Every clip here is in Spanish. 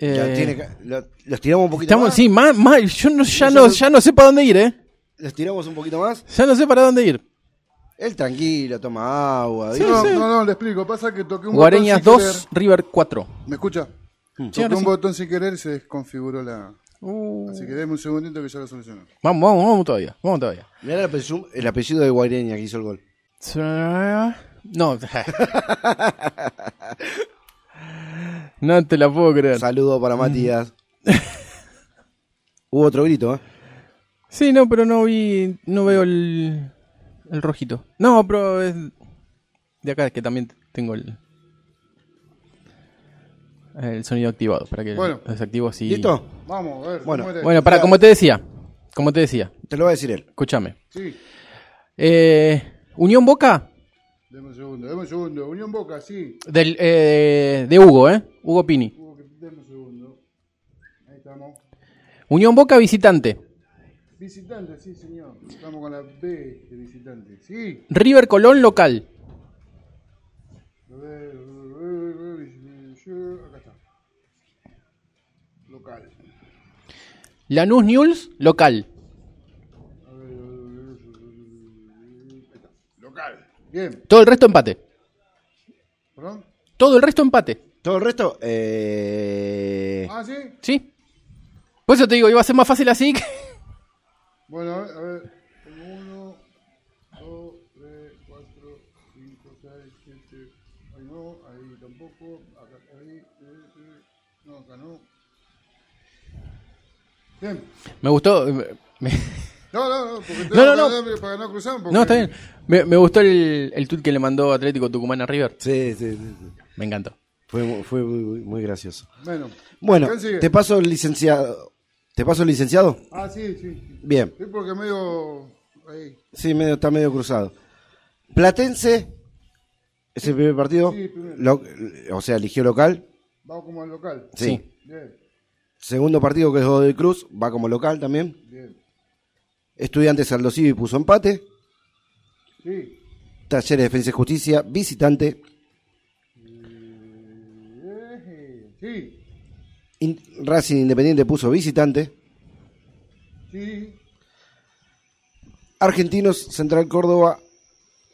Eh, Lo tiene que- lo- los tiramos un poquito estamos, más. sí, más, más- yo no- ya, Yo no, no- ya no sé para dónde ir, ¿eh? Los tiramos un poquito más. Ya no sé para dónde ir. Él tranquilo, toma agua. Sí, ¿viste? sí. No, no, no, le explico. Pasa que toqué un Guareñas botón sin 2, River 4. querer. ¿Me escucha? Sí, ahora Toqué un sí. botón sin querer y se desconfiguró la. Uh, Así que deme un segundito que ya lo soluciono. Vamos, vamos, vamos todavía. Vamos todavía. Mirá el apellido, el apellido de Guaireña que hizo el gol. No. No te la puedo creer. Saludo para Matías. Hubo otro grito, ¿eh? Sí, no, pero no vi. No veo el. El rojito. No, pero es. De acá es que también tengo el. El sonido activado. Para que Bueno. lo desactivo así. ¿Listo? Vamos, a ver. Bueno, ¿cómo era? Bueno, para, como te decía. Como te decía. Te lo va a decir él. Escúchame. Sí, Eh, Unión Boca. deme un segundo, deme un segundo. Unión Boca, sí. Del, eh, de Hugo, ¿eh? Hugo Pini. Hugo, que- Deme un segundo. Ahí estamos. Unión Boca visitante. Visitante, sí, señor. Estamos con la B de visitante. Sí. River Colón local. A ver, a ver, a ver, Acá está. Local. Lanús News local. A ver, a ver, a ver, ahí está. Local. Bien. Todo el resto empate. ¿Perdón? Todo el resto empate. Todo el resto, eh... Ah, sí. ¿Sí? Por eso te digo, iba a ser más fácil así que... Bueno, a ver, a ver. Tengo uno, dos, tres, cuatro, cinco, seis, siete. Ahí no, ahí tampoco. Acá, ahí, eh, eh, no, acá no. Bien. Me gustó... eh, me- No, no, no, porque No, no, no. tengo- para no cruzar un poco. No, está bien. Me, me gustó el, el tweet que le mandó Atlético Tucumán a River. Sí, sí, sí, sí. Me encantó. Fue, mu- fue muy, muy- muy gracioso. Bueno. Bueno, ¿quién sigue? te paso el licenciado. ¿Te paso el licenciado? Ah, sí, sí. Bien. Sí, porque medio. Ahí. Sí, medio, está medio cruzado. Platense, es el primer partido. Sí, primero. Lo- o sea, eligió local. Vamos como al local. Sí. Sí. Bien, Segundo partido que es Godoy Cruz, va como local también. bien. Estudiantes Aldosivi puso empate. Sí. Talleres Defensa y Justicia, visitante. Eh, Sí. In- Racing Independiente puso visitante. Sí. Argentinos Central Córdoba,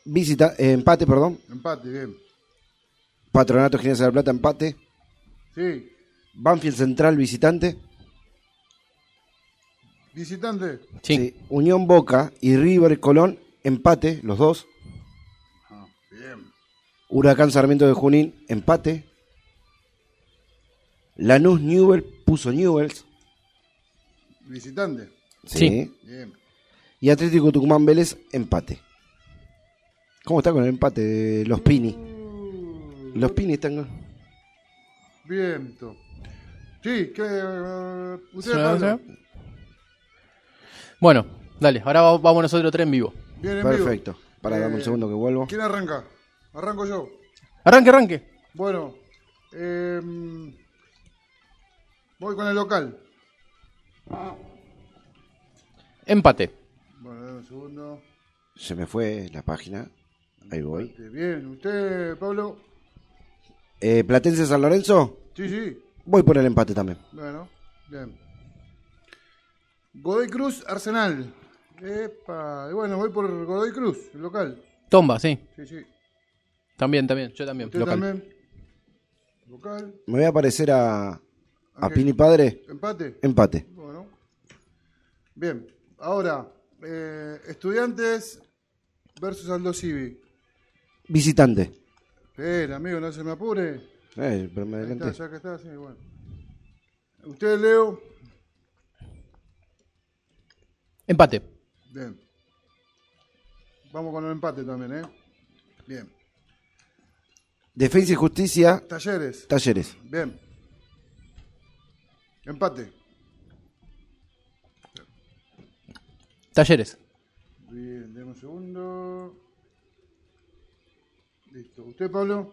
visita, eh, empate, perdón. Empate, bien. Patronato Gimnasia de la Plata, empate. Sí. Banfield Central, visitante. Visitante. Sí. Sí, Unión Boca y River Colón, empate, los dos. Ah, Bien. Huracán Sarmiento de Junín, empate. Lanús Newell puso Newells. Visitante. Sí. Bien. Y Atlético Tucumán Vélez, empate. ¿Cómo está con el empate los Pini? Los Pini están... con- Viento. Sí, que. eh, ustedes hablan. Bueno, dale. Ahora va- vamos nosotros tres en vivo. Bien, en vivo. Perfecto. Para, dame un Eh, segundo que vuelvo. ¿Quién arranca? Arranco yo. Arranque, arranque. Bueno. eh, voy con el local. Empate. Bueno, dame un segundo. Se me fue la página. Ahí voy. Eh, Bien, usted, Pablo. Eh, Platense San Lorenzo, Sí, sí. voy por el empate también. Bueno, bien. Godoy Cruz, Arsenal. Epa. Y bueno, voy por Godoy Cruz, el local. Tomba, sí. Sí, sí. También, también. Yo también. Usted local. también. Local. Me voy a parecer a, a Ok. Pini Padre, Empate. empate. Bueno. Bien. Ahora, eh, estudiantes versus Aldo Civi. Visitante. Espera, amigo, no se me apure. Eh, pero me Ahí está, adelanté. ya que está, sí, bueno. Usted, Leo. Empate. Bien. Vamos con el empate también, ¿eh? Bien. Defensa y Justicia, Talleres. Talleres. Bien. Empate. Talleres. Bien, deme un segundo. Listo. ¿Usted, Pablo?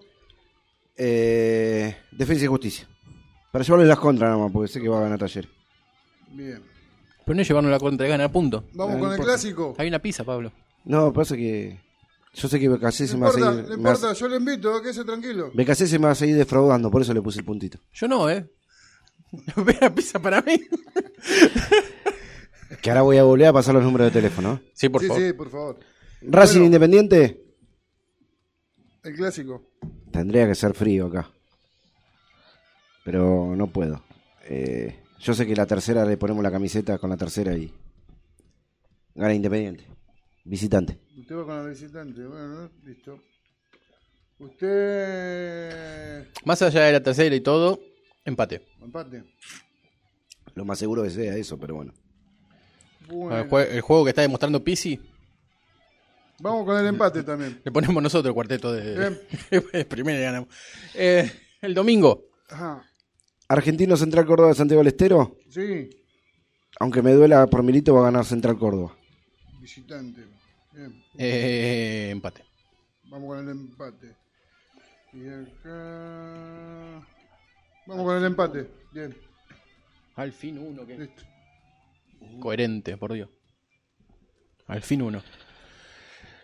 Eh, Defensa y Justicia. Para llevarle las contras nada más, porque sé que va a ganar Talleres. Bien. Pero no llevarnos la contra de ganar punto. Vamos No con el importa. clásico. Hay una pizza, Pablo. No, pasa que. Yo sé que BKC No se me va a importa, seguir. no me va a- importa, yo le invito, eh, quédese tranquilo. BKC se me va a seguir defraudando, por eso le puse el puntito. Yo no, ¿eh? La primera pizza para mí. Que ahora voy a volver a pasar los números de teléfono. ¿eh? Sí, por sí, favor. sí, por favor. Racing Bueno. Independiente. El clásico. Tendría que ser frío acá. Pero no puedo. Eh, yo sé que la tercera le ponemos la camiseta con la tercera y. Gana Independiente. Visitante. Usted va con la visitante. Bueno, ¿no? listo. Usted. Más allá de la tercera y todo, empate. Empate. Lo más seguro que sea eso, pero bueno. El, Bueno, jue- el juego que está demostrando Pisi, vamos con el empate también. le ponemos nosotros el cuarteto de. Bien. Primero le ganamos. Eh, el domingo. Ajá. Argentino Central Córdoba de Santiago del Estero. Sí, Aunque me duela por Milito, va a ganar Central Córdoba. visitante. Bien, eh, empate. vamos con el empate. Y acá. Vamos con el empate. Bien, Al fin uno, que. listo. Coherente, por Dios. Al fin uno.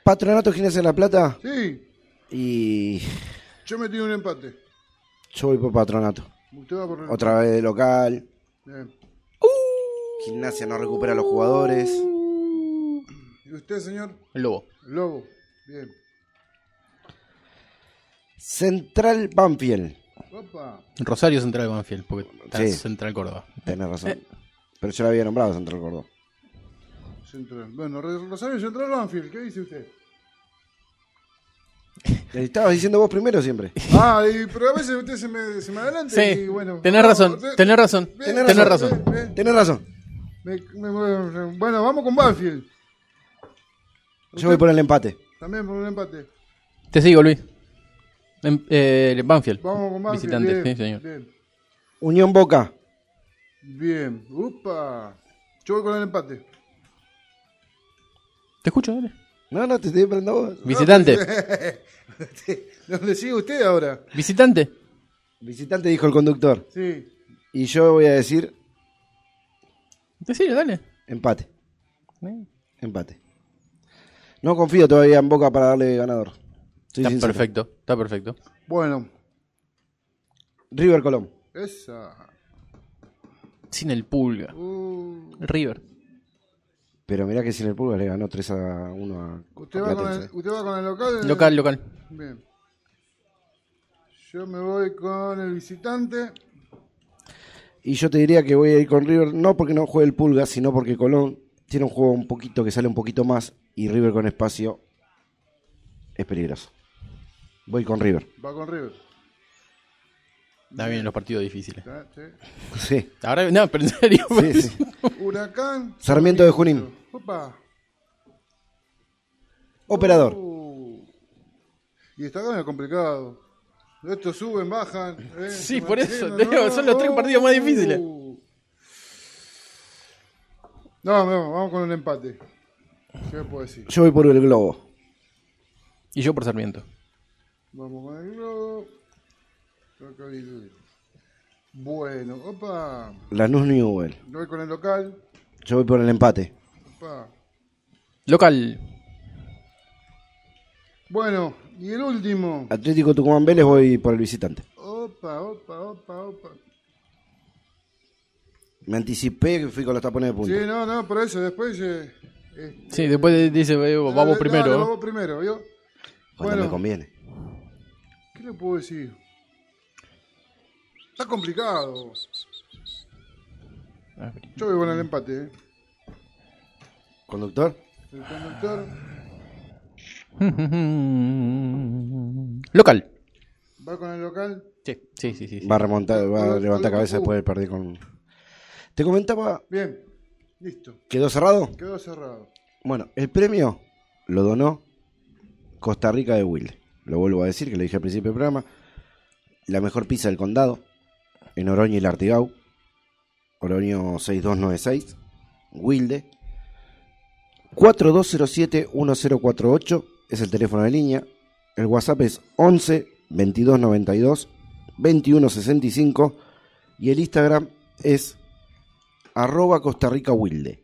Patronato Gines de la Plata. Sí, Y. yo metí un empate. Yo voy por Patronato. Usted va por el Otra vez de local. Bien. Gimnasia no recupera a los jugadores. ¿Y usted, señor? El lobo. Lobo. Bien. Central Banfield. Opa. Rosario Central Banfield, porque está Sí. Central Córdoba. Tenés razón. Pero yo la había nombrado Central Córdoba. Central. Bueno, Ro- Rosario Central Banfield, ¿qué dice usted? Le estabas diciendo vos primero siempre. Ah, y, pero a veces usted se me, se me adelanta Sí, y bueno. eh, tenés No, razón, usted- tenés razón, Bien, tenés razón. bien, bien. Tenés razón. Me- me- bueno, bueno, vamos con Banfield. Yo voy por el empate. También por un empate. Te sigo, Luis. Em- eh, Banfield. Vamos con Banfield. Visitante, bien, sí, señor. Bien. Unión Boca. Bien. Upa. Yo voy con el empate. Te escucho, dale. No, no, te estoy preguntando vos. Visitante. ¿Dónde sigue usted ahora? Visitante. Visitante dijo el conductor. Sí. Y yo voy a decir Te sigo, dale. empate. Empate. No confío todavía en Boca para darle ganador. Soy está sincero. perfecto, está perfecto. Bueno. River Colón. Esa. Sin el pulga. Uh, River. Pero mirá que sin el Pulga le ganó 3 a 1 a ¿usted, a va con el, Platense. ¿Usted va con el local? Local, local. Bien. Yo me voy con el visitante. Y yo te diría que voy a ir con River, no porque no juegue el Pulga, sino porque Colón tiene un juego un poquito que sale un poquito más y River con espacio es peligroso. Voy con River. Va con River. Está bien, los partidos difíciles. Ah, sí. Sí, Ahora, no, pero en serio. sí, sí. Huracán. Sarmiento de Junín. Opa. Operador. Uh. Y está bueno complicado. Estos suben, bajan. eh, Sí, se por eso, mantienen, Uh. digo, son los tres partidos más difíciles. No, no, vamos con el empate. ¿Qué puedo decir? Yo voy por el globo. Y yo por Sarmiento. Vamos con el globo. Acá viene el- Bueno, opa. Lanús Newell. Voy con el local. Yo voy por el empate. Opa. Local. Bueno, y el último. Atlético Tucumán Vélez voy por el visitante. Opa, opa, opa, opa. Me anticipé que fui con los tapones de punta. Sí, no, no, por eso después. eh, eh, Sí, después dice, eh, Dale, vamos dale, primero. Vamos primero, ¿vio? Cuando Bueno. me conviene. ¿Qué le puedo decir? Está complicado. Yo voy con el empate, ¿eh? ¿Conductor? El conductor. Local. Va con el local. Sí, sí, sí. sí. Va a remontar, va a Con- levantar con- cabeza después de perder con. Te comentaba, Bien. Listo. quedó cerrado. Quedó cerrado. Bueno, el premio lo donó Costa Rica de Wilde. Lo vuelvo a decir, que lo dije al principio del programa. La mejor pizza del condado, en Oroño y Lartigau. Oroño 6296, Wilde. 4207-1048 es el teléfono de línea. El WhatsApp es 11 2292 2165 y el Instagram es arroba Costa Rica Wilde.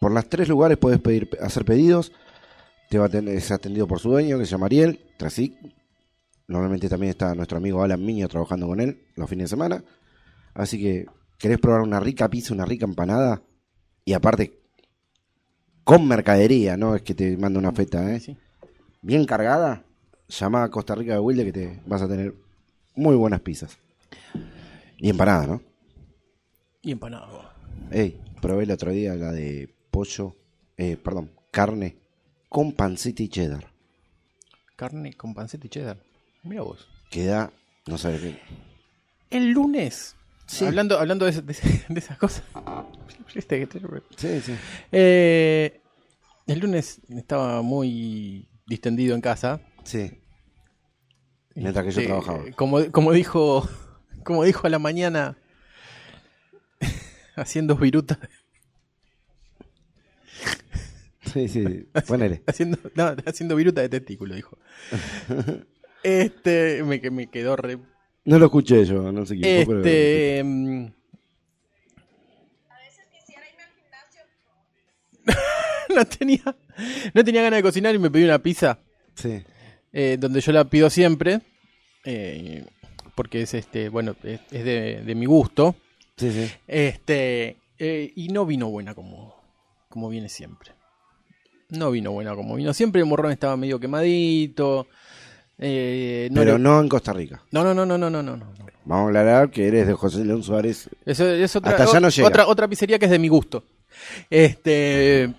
Por las tres lugares puedes pedir, hacer pedidos. Te va a tener, es atendido por su dueño, que se llama Ariel, Trasic. Normalmente también está nuestro amigo Alan Miño trabajando con él los fines de semana. Así que, ¿querés probar una rica pizza, una rica empanada? Y aparte, con mercadería, no es que te manda una feta, ¿eh? Sí. Bien cargada, llama a Costa Rica de Wilde que te vas a tener muy buenas pizzas. Y empanada, ¿no? Y empanado. Ey, probé el otro día la de pollo, eh, perdón, carne con panceta y cheddar. Carne con panceta y cheddar. Mira vos. Queda, no sabes qué. El lunes. Sí. Hablando, hablando de, de- de esas cosas. Este que te- Sí, sí. Eh, el lunes estaba muy distendido en casa. Sí. Mientras que yo Eh, trabajaba. Como, como dijo, como dijo a la mañana, haciendo virutas, Sí, sí. Ponele. haciendo, no, haciendo viruta de testículo, dijo. Este, me, que- me quedó re No lo escuché yo, no sé quién fue, pero- Este. mm. no tenía, no tenía ganas de cocinar y me pedí una pizza, Sí. eh, donde yo la pido siempre, eh, porque es este, bueno, es, es de, de mi gusto. Sí, sí. Este eh, y no vino buena como, como viene siempre. No vino buena como vino siempre. El morrón estaba medio quemadito. eh, no pero le- no en Costa Rica. no, no, no, no, no, no, no, no. Vamos a aclarar que eres de José León Suárez. Eso es otra, Hasta allá no o- llega. otra, otra pizzería que es de mi gusto. Este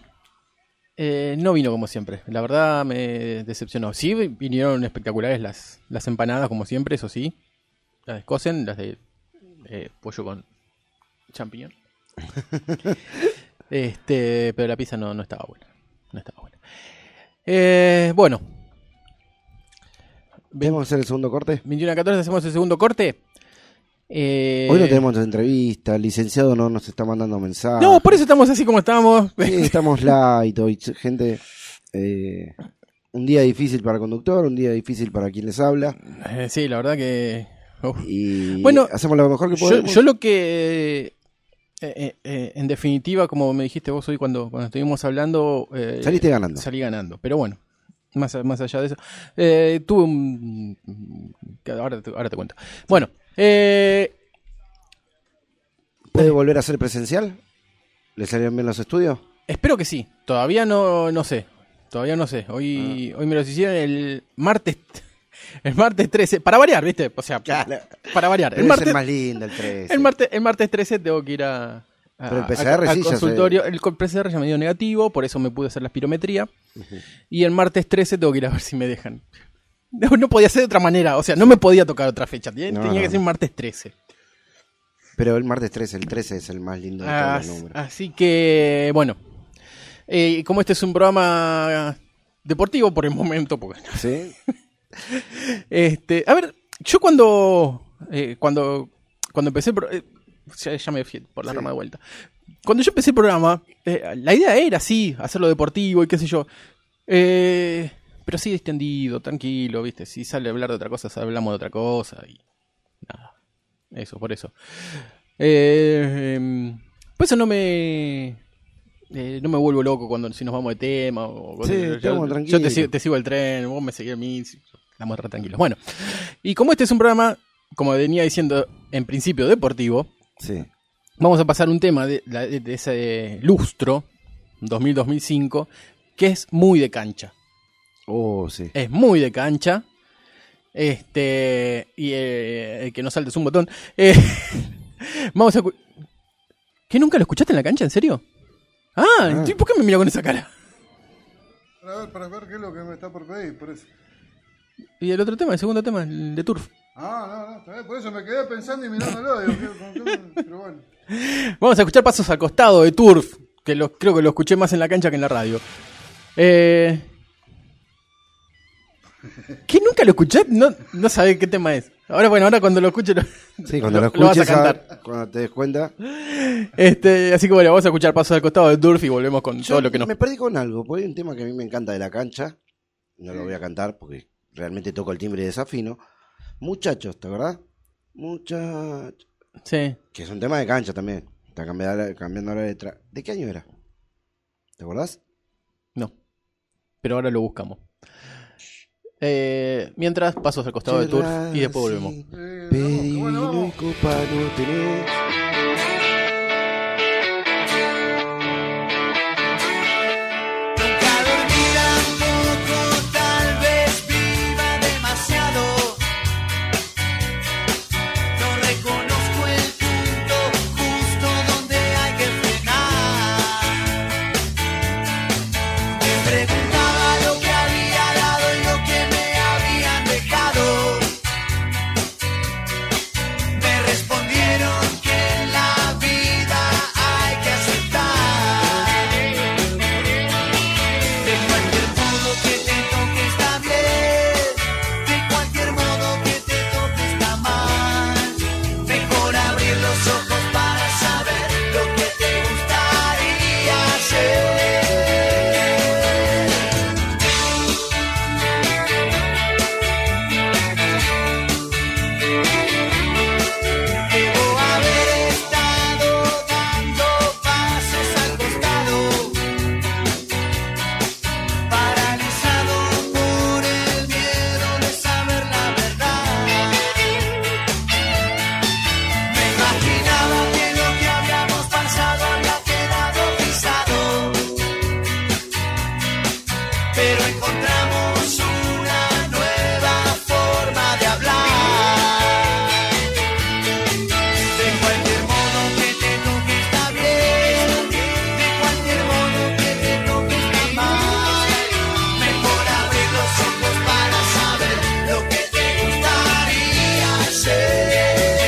eh, no vino como siempre. La verdad me decepcionó. Sí, vinieron espectaculares las, las empanadas, como siempre, eso sí. Las de Escocen, las de eh, pollo con champiñón. este, pero la pizza no, no estaba buena. No estaba buena. Eh, bueno, ¿Vemos hacer el segundo corte? 21 a 14 hacemos el segundo corte. Eh, Hoy no tenemos entrevista, el licenciado no nos está mandando mensajes. No, por eso estamos así como estábamos. Sí, estamos light hoy, ch- gente. eh, un día difícil para el conductor, un día difícil para quien les habla. Eh, Sí, la verdad que. uf. Y Bueno, hacemos lo mejor que Yo, podemos. yo lo que. eh, eh, eh, en definitiva, como me dijiste vos hoy cuando, cuando estuvimos hablando. eh, Saliste ganando. Salí ganando, pero bueno. Más, a- más allá de eso. eh, tuve un. que Ahora te, ahora te cuento. Bueno, eh, ¿Puede volver a ser presencial? ¿Le salieron bien los estudios? espero que sí. Todavía no, no sé. Todavía no sé. Hoy, Ah. hoy me los hicieron el martes. El martes 13. Para variar, ¿viste? O sea, para variar. Pero el es martes, el más lindo el 13. El martes, el martes 13 tengo que ir a, a- Pero el a- PCR al sí ya se- consultorio. El co- PCR ya me dio negativo, por eso me pude hacer la espirometría. Y el martes 13 tengo que ir a ver si me dejan. No, no podía ser de otra manera, o sea, no me podía tocar otra fecha. Tenía, No, tenía no. que ser martes 13. Pero el martes 13, el 13 es el más lindo de todos As- los números. así que, bueno. Eh, como este es un programa deportivo por el momento, porque ¿Sí? Este, a ver, yo cuando eh, cuando cuando empecé el pro- eh, ya, ya me fui por la rama de vuelta. Cuando yo empecé el programa, eh, la idea era sí, hacerlo deportivo y qué sé yo. Eh, pero sí distendido, tranquilo, ¿viste? Si sale a hablar de otra cosa, hablamos de otra cosa y nada. Eso, por eso. Eh, em, por eso no me eh, no me vuelvo loco cuando si nos vamos de tema o Sí, yo- estamos yo, tranquilos. te, sigo- te sigo el tren, vos me seguís a mí, si- estamos re tranquilos. Bueno, y como este es un programa, como venía diciendo, en principio deportivo, Sí. vamos a pasar un tema de, la- de- de ese lustro 2000-2005 que es muy de cancha. Oh, sí. Es muy de cancha. Este. Y eh, el que no saltes un botón. Eh, vamos a. cu- ¿Qué nunca lo escuchaste en la cancha? ¿En serio? Ah, Ah. ¿y ¿por qué me miró con esa cara? Para ver, para ver qué es lo que me está por pedir, por eso. Y el otro tema, el segundo tema, el de Turf. Ah, no, no, está bien, por eso me quedé pensando y mirándolo, digo, ¿qué- con qué- pero bueno. Vamos a escuchar pasos al costado de Turf, que lo- creo que lo escuché más en la cancha que en la radio. Eh, ¿Qué nunca lo escuché? No, no sabés qué tema es. Ahora, bueno, ahora cuando lo escuche lo, Sí, cuando lo, vas a escuches, ah. a- cantar. cuando te des cuenta. Este, así que bueno, vamos a escuchar pasos al costado de Durf y volvemos con Yo todo lo que nos. Me perdí con algo, porque hay un tema que a mí me encanta de la cancha. No lo voy a cantar porque realmente toco el timbre de desafino. Muchachos, ¿te verdad? Muchachos. Sí. Que es un tema de cancha también. Está cambiada la- cambiando la letra. ¿De qué año era? ¿Te acordás? No. Pero ahora lo buscamos. Eh, mientras pasos al costado de Turf y después volvemos. Eh, Pedí vamos, vino bueno, y vamos. copa no tenés. Nunca dormida un poco, tal vez viva demasiado. No reconozco el punto justo donde hay que frenar. Me preguntaba lo que había dado y lo que me habían dejado. Me respondieron que en la vida hay que aceptar. De cualquier modo que te toque está bien, de cualquier modo que te toque está mal. Mejor abrir los ojos para saber lo que te gustaría hacer. Debo haber estado dando pasos al costado. Paralizado por el miedo de saber la verdad. Me imaginaba que lo que habíamos pasado había quedado pisado. Pero encontramos una nueva forma de hablar. De cualquier modo que te toque está bien, de cualquier modo que te toque está mal. Mejor abrir los ojos para saber lo que te gustaría hacer.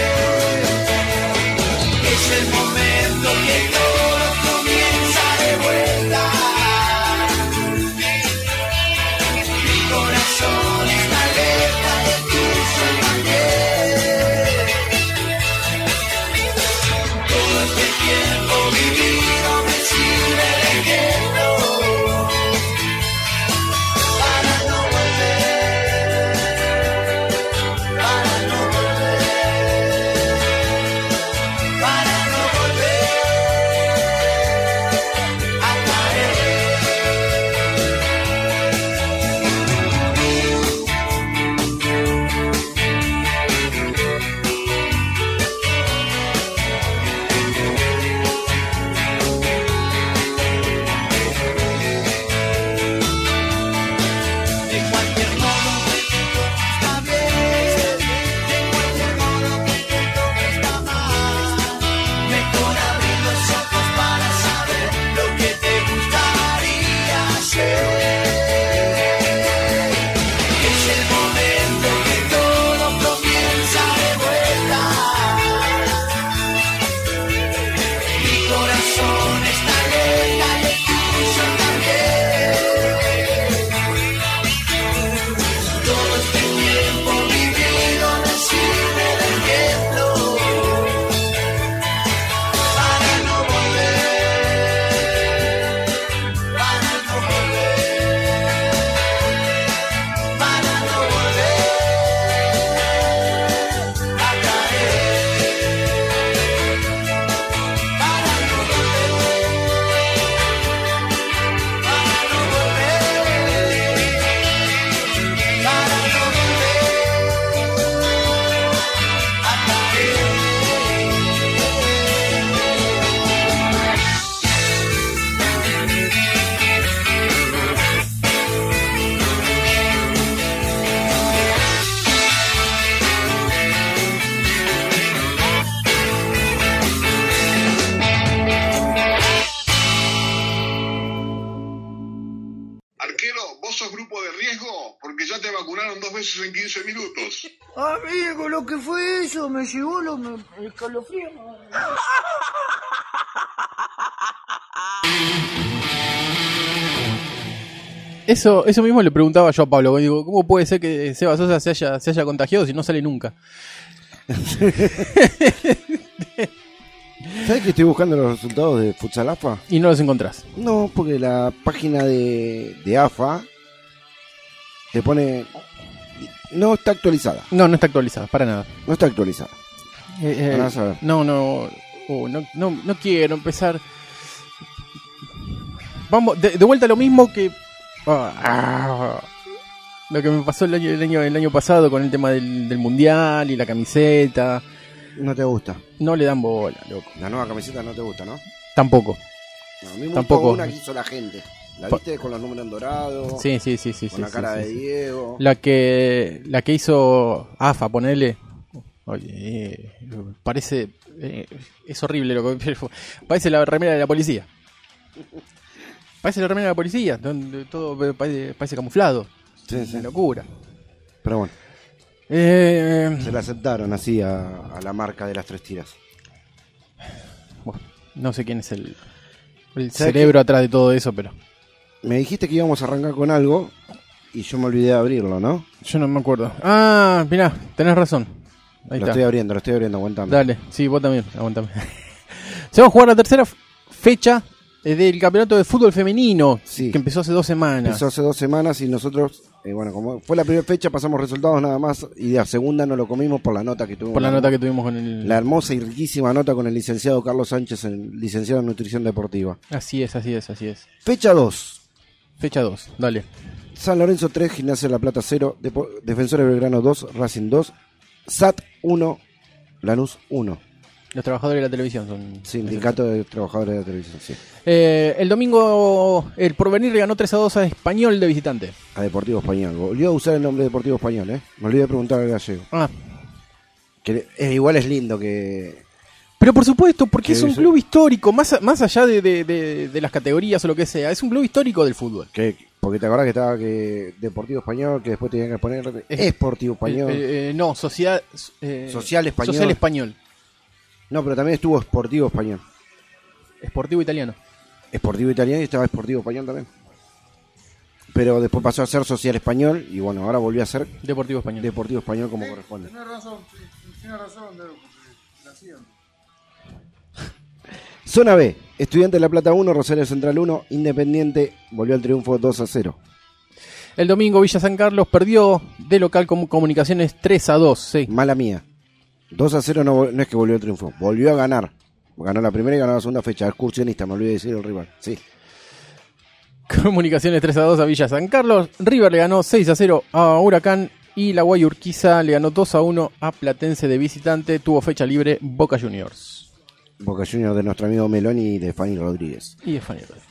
Es el momento que todo comienza de vuelta. Mi corazón está alerta de tu sueño todo este tiempo vivido me sirve de ejemplo para no volver, para no volver, para no volver a caer. De cualquier modo que te toque está bien, de cualquier modo que te toque está mal. Mejor abrir los ojos para saber lo que te gustaría hacer. Es el momento que todo comienza de vuelta. Mi corazón está alerta y el tuyo también. Todo este tiempo vivido me sirve de ejemplo para no volver, para no volver, para no volver a caer, para no volver, para no volver. Para no volver a caer. Arquero, vos sos grupo de riesgo porque ya te vacunaron dos veces en 15 minutos. Amigo, lo que fue eso, me llegó lo me, me escalofrío. Eso, eso mismo le preguntaba yo a Pablo. Digo, ¿cómo puede ser que Seba Sosa se haya, se haya contagiado si no sale nunca? ¿Sabes que estoy buscando los resultados de Futsal AFA? Y no los encontrás. No, porque la página de, de AFA te pone. No está actualizada. No, no está actualizada, para nada. No está actualizada. Eh, eh, Andá a saber. no, no, oh, no, no, no quiero empezar. Vamos, de, de vuelta a lo mismo que. ah, ah. Lo que me pasó el año, el año, el año pasado con el tema del, del mundial y la camiseta. No te gusta. No le dan bola, loco. La nueva camiseta no te gusta, ¿no? Tampoco. No, a mí me gustó Tampoco. una que hizo la gente. ¿La Pa- viste con los números en dorado? Sí, sí, sí, sí. Con sí, la sí, cara sí, de sí. Diego. La que, la que hizo AFA, ponele. Oye, eh, parece. eh, es horrible lo que. Parece la remera de la policía. Parece la remera de la policía. donde Todo eh, parece, parece camuflado. Sí, sí. Una locura. Pero bueno, Eh, se la aceptaron así a, a la marca de las tres tiras. bueno, no sé quién es el, el ¿Sabes cerebro atrás de todo eso, pero. Me dijiste que íbamos a arrancar con algo y yo me olvidé de abrirlo, ¿no? Yo no me acuerdo. Ah, mirá, tenés razón. Ahí lo está. estoy abriendo, lo estoy abriendo, aguantame. Dale, sí, vos también, aguantame. Se va a jugar la tercera f- fecha eh, del campeonato de fútbol femenino, Sí. que empezó hace dos semanas. Empezó hace dos semanas y nosotros, eh, bueno, como fue la primera fecha, pasamos resultados nada más y la segunda no lo comimos por la nota que tuvimos. por la nota que tuvimos con el... La hermosa y riquísima nota con el licenciado Carlos Sánchez, el licenciado en nutrición deportiva. Así es, así es, así es. Fecha 2. Fecha 2, dale. San Lorenzo 3, Gimnasia de la Plata 0, Depo- Defensores Belgrano 2, Racing 2, SAT 1, Lanús 1. Los trabajadores de la televisión son... Sindicato de Trabajadores de la Televisión, sí. Eh, el domingo el Porvenir le ganó 3 a 2 a Español de visitante. A Deportivo Español. Volvió a usar el nombre Deportivo Español, ¿eh? Me olvidé de preguntar al gallego. Ah, Que le- eh, igual es lindo que... Pero por supuesto, porque Que es un es- club histórico, más, a- más allá de, de- de- de las categorías o lo que sea, es un club histórico del fútbol. que- porque te acordás que estaba que Deportivo Español, que después tenían que poner Es- Esportivo Español. Eh, eh, no, Sociedad eh, Social Español. Social Español. No, pero también estuvo Esportivo Español. Esportivo Italiano. Esportivo Italiano y estaba Esportivo Español también. Pero después pasó a ser Social Español y bueno, ahora volvió a ser Deportivo Español. Deportivo Español como corresponde. Tiene razón, tiene razón, Leo, porque la hacían. Zona B, Estudiante de La Plata 1, Rosario Central 1, Independiente volvió al triunfo 2 a 0. El domingo Villa San Carlos perdió de local con comunicaciones 3 a 2. Sí. Mala mía. 2 a 0 no, vol- no es que volvió al triunfo, volvió a ganar. Ganó la primera y ganó la segunda fecha. Excursionista, me olvidé de decir el rival. Sí. Comunicaciones 3 a 2 a Villa San Carlos. River le ganó 6 a 0 a Huracán. Y la Guayurquiza le ganó 2 a 1 a Platense de visitante. Tuvo fecha libre Boca Juniors. Boca Junior de nuestro amigo Meloni y de Fanny Rodríguez. Y es Fanny Rodríguez.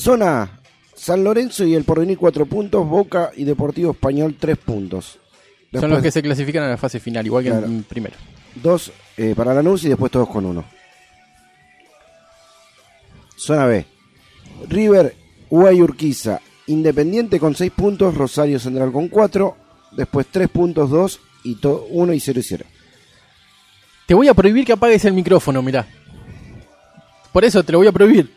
Zona A, San Lorenzo y el Porvenir 4 puntos, Boca y Deportivo Español 3 puntos. Son los que Después- se clasifican a la fase final, igual que Claro. en primero. Dos eh, para Lanús y después todos con uno. Zona B. River, Uruguay, Urquiza. Independiente con 6 puntos, Rosario Central con 4, después 3 puntos, 2 y 1 y 0 y 0. Te voy a prohibir que apagues el micrófono, mirá. Por eso te lo voy a prohibir.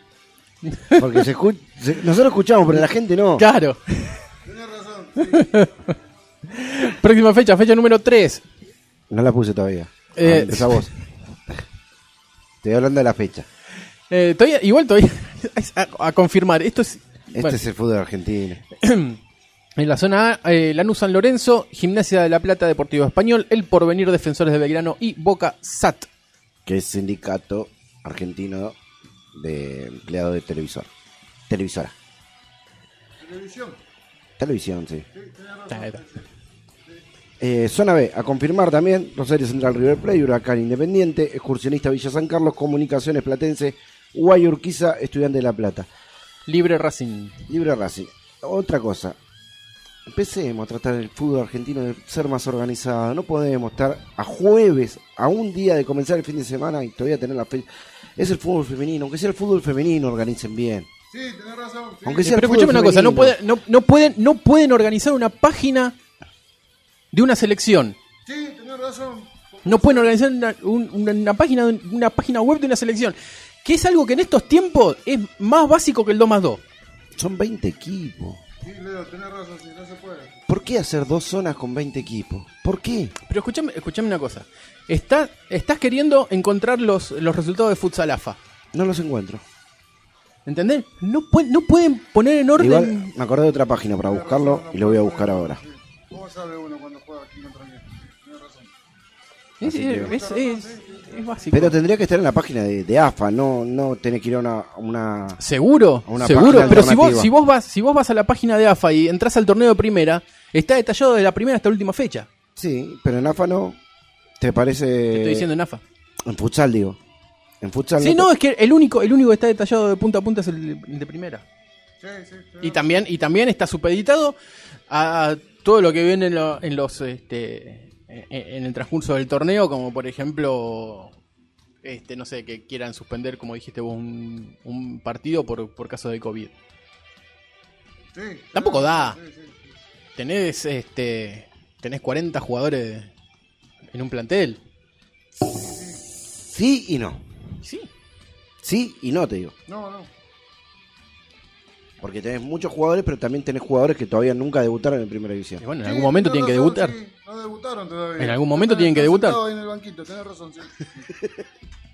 Porque se escu- se- nosotros escuchamos, pero la gente no. Claro. Tiene razón, sí. Próxima fecha, fecha número 3. No la puse todavía. Eh, Ah, empezá vos. Estoy hablando de la fecha. Eh, todavía, igual todavía es a, a confirmar. Esto es, Este bueno, es el fútbol argentino. en la zona A, eh, Lanús San Lorenzo, Gimnasia de la Plata, Deportivo Español, El Porvenir, Defensores de Belgrano y Boca SAT. que es sindicato argentino de empleados de televisor. Televisora. Televisión, Televisión, sí. Ahí está. Eh, zona B, a confirmar también, Rosario Central River Plate, Huracán Independiente, Excursionista Villa San Carlos, Comunicaciones Platense, Guayurquiza, Estudiante de La Plata. Libre Racing. Eh, Libre Racing. Otra cosa, empecemos a tratar el fútbol argentino de ser más organizado. No podemos estar a jueves, a un día de comenzar el fin de semana y todavía tener la fecha. Es el fútbol femenino, aunque sea el fútbol femenino, organicen bien. sí, tiene razón. sí. Aunque sea Pero el fútbol escúchame una cosa, no, femenino. pueden, no, no pueden, no pueden organizar una página de una selección. Sí, tenés razón. No pueden organizar una, un- una- una página, de- una página web de una selección. Que es algo que en estos tiempos es más básico que el 2 más 2. Son 20 equipos. Sí, Leo, tenés razón, sí, no se puede. ¿Por qué hacer dos zonas con 20 equipos? ¿Por qué? Pero escúchame, escúchame una cosa. Está- estás queriendo encontrar los, los resultados de Futsalafa. No los encuentro. ¿Entendés? No, pue- no pueden poner en orden. Igual me acordé de otra página para buscarlo y lo voy a buscar ahora. ¿Cómo sabe uno cuando juega aquí contra mí? Tiene razón. Es, Así que- es- es- es básico. Pero tendría que estar en la página de, de AFA, no, no tener que ir a una... a una- Seguro, A una seguro. página Pero si vos, alternativa. si vos vas, si vos vas a la página de AFA y entras al torneo de primera, está detallado de la primera hasta la última fecha. Sí, pero en AFA no. ¿Te parece...? Te estoy diciendo en AFA. En futsal, digo. En futsal Sí, te- no, es que el único, el único que está detallado de punta a punta es el, el de primera. Sí, sí, sí. Y también, y también está supeditado a todo lo que viene en, lo- en los este, en, en el transcurso del torneo, como por ejemplo, este, no sé, que quieran suspender, como dijiste vos, un, un partido por, por caso de COVID. Sí, Tampoco da. sí, sí, sí. Tenés este. Tenés 40 jugadores en un plantel. Sí y no. Sí. Sí y no, te digo. No, no. Porque tenés muchos jugadores, pero también tenés jugadores que todavía nunca debutaron en Primera Y División. bueno, en Sí, algún momento tenés tienen que razón, debutar. sí, no debutaron todavía. En algún momento tienen Están- que están debutar. sentados ahí en el banquito, tenés razón, sí.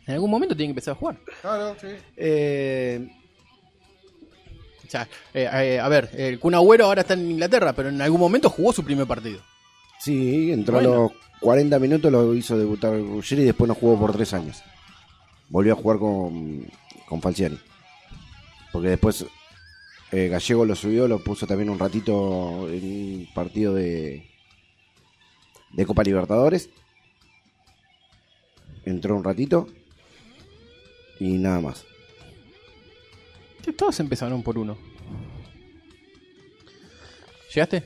En algún momento tienen que empezar a jugar. Claro, sí. Eh, O sea, eh, eh, a ver, el Kun Agüero ahora está en Inglaterra, pero en algún momento jugó su primer partido. sí, entró a Bueno. los 40 minutos, lo hizo debutar Ruggeri y después no jugó por tres años. Volvió a jugar con, con Falciani. Porque después eh, Gallego lo subió, lo puso también un ratito en un partido de, de Copa Libertadores. Entró un ratito y nada más. Todos empezaron por uno. ¿Llegaste? Eh,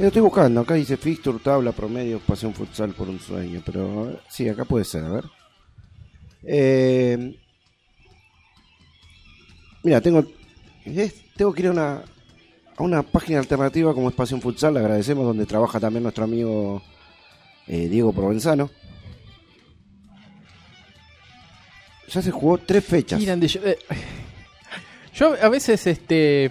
Lo estoy buscando, acá dice fixture, tabla, promedio, pasión futsal por un sueño, pero eh, sí, acá puede ser, a ver. Eh, mira, tengo, es- tengo que ir a una, a una página alternativa como es Pasión Futsal, le agradecemos, donde trabaja también nuestro amigo eh, Diego Provenzano. Ya se jugó tres fechas. Miran de- eh, yo a veces este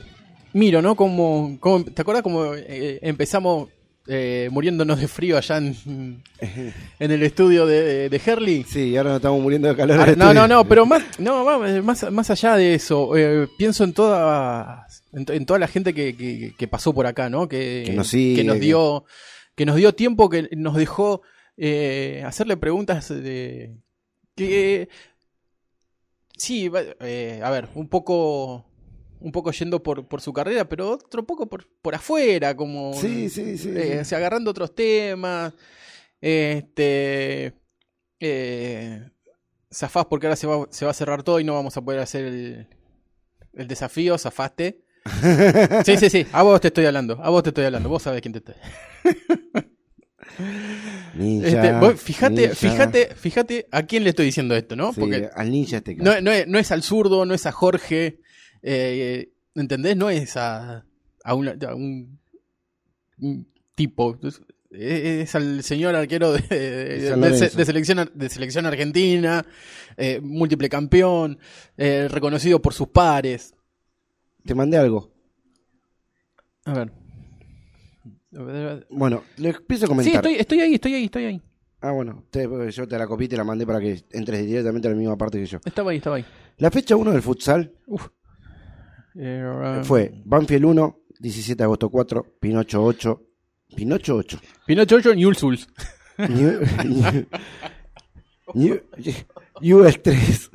miro, ¿no? Como, como- ¿Te acuerdas como eh, empezamos eh, muriéndonos de frío allá en, en el estudio de, de Herley? Sí, y ahora nos estamos muriendo de calor. Ah, al no, no, estudio. no, pero más, no, más- más, más allá de eso, eh, pienso en toda, en, to- en toda la gente que, que- que pasó por acá, ¿no? Que, Que nos sigue, que nos que- dio, que nos dio tiempo, que nos dejó eh, hacerle preguntas de que sí, va- eh, a ver, un poco, un poco yendo por, por su carrera, pero otro poco por, por afuera, como Sí, sí, sí. eh, o sea, agarrando otros temas. Este. Eh, zafás porque ahora se va, se va a cerrar todo y no vamos a poder hacer el, el desafío. Zafaste. Sí, sí, sí. A vos te estoy hablando. A vos te estoy hablando. Vos sabés quién te estoy. Ninja, Este, vos fíjate, ninja. fíjate, fíjate a quién le estoy diciendo esto, ¿no? Sí, Porque al ninja este. no, no es, no es al zurdo, no es a Jorge. eh, ¿Entendés? No es a, a, una- a un, un tipo. Es, es al señor arquero de, de- San de- Lorenzo. de selección, ar- de selección argentina, eh, múltiple campeón, eh, reconocido por sus pares. Te mandé algo. A ver. Bueno, le empiezo a Sí, comentar. estoy, estoy ahí, estoy ahí, estoy ahí. Ah, bueno, te- yo te la copié y te la mandé para que entres directamente a la misma parte que yo. Estaba ahí, estaba ahí. La fecha 1 del futsal Uf. Eh, fue Banfield 1, 17 de agosto 4, Pinocho 8, Pinocho 8. Pinocho 8, Newell's. New, New- US 3,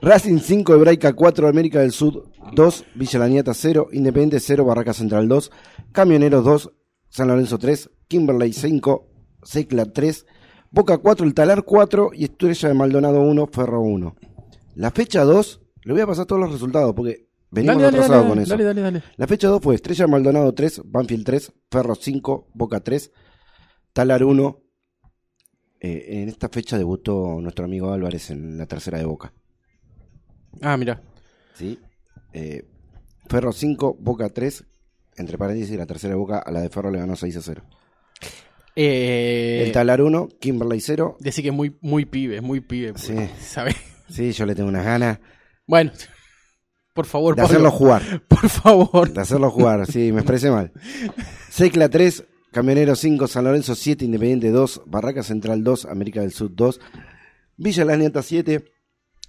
Racing 5, Hebraica 4, América del Sur 2, Villa La Nieta 0, Independiente 0, Barraca Central 2, Camioneros 2, San Lorenzo 3, Kimberley 5, Secla 3, Boca 4, El Talar 4 y Estrella de Maldonado 1, Ferro 1. La fecha 2, le voy a pasar todos los resultados porque venimos retrasados con eso. dale, dale, dale. La fecha 2 fue Estrella Maldonado 3, Banfield 3, Ferro 5, Boca 3, Talar 1. Eh, en esta fecha debutó nuestro amigo Álvarez en la tercera de Boca. Ah, mira. ¿sí? Eh, Ferro 5, Boca 3. Entre paréntesis, la tercera de Boca a la de Ferro le ganó 6 a 0. Eh, El Talar 1, Kimberley 0. Decir que es muy, muy pibe, muy pibe. porque, Sí. ¿sabes? Sí, yo le tengo unas ganas Bueno, por favor, de Pablo, hacerlo jugar. por favor. De hacerlo jugar, sí, me expresé mal. Secla 3, Camionero 5, San Lorenzo 7, Independiente 2, Barraca Central 2, América del Sur 2, Villa Las Nietas 7,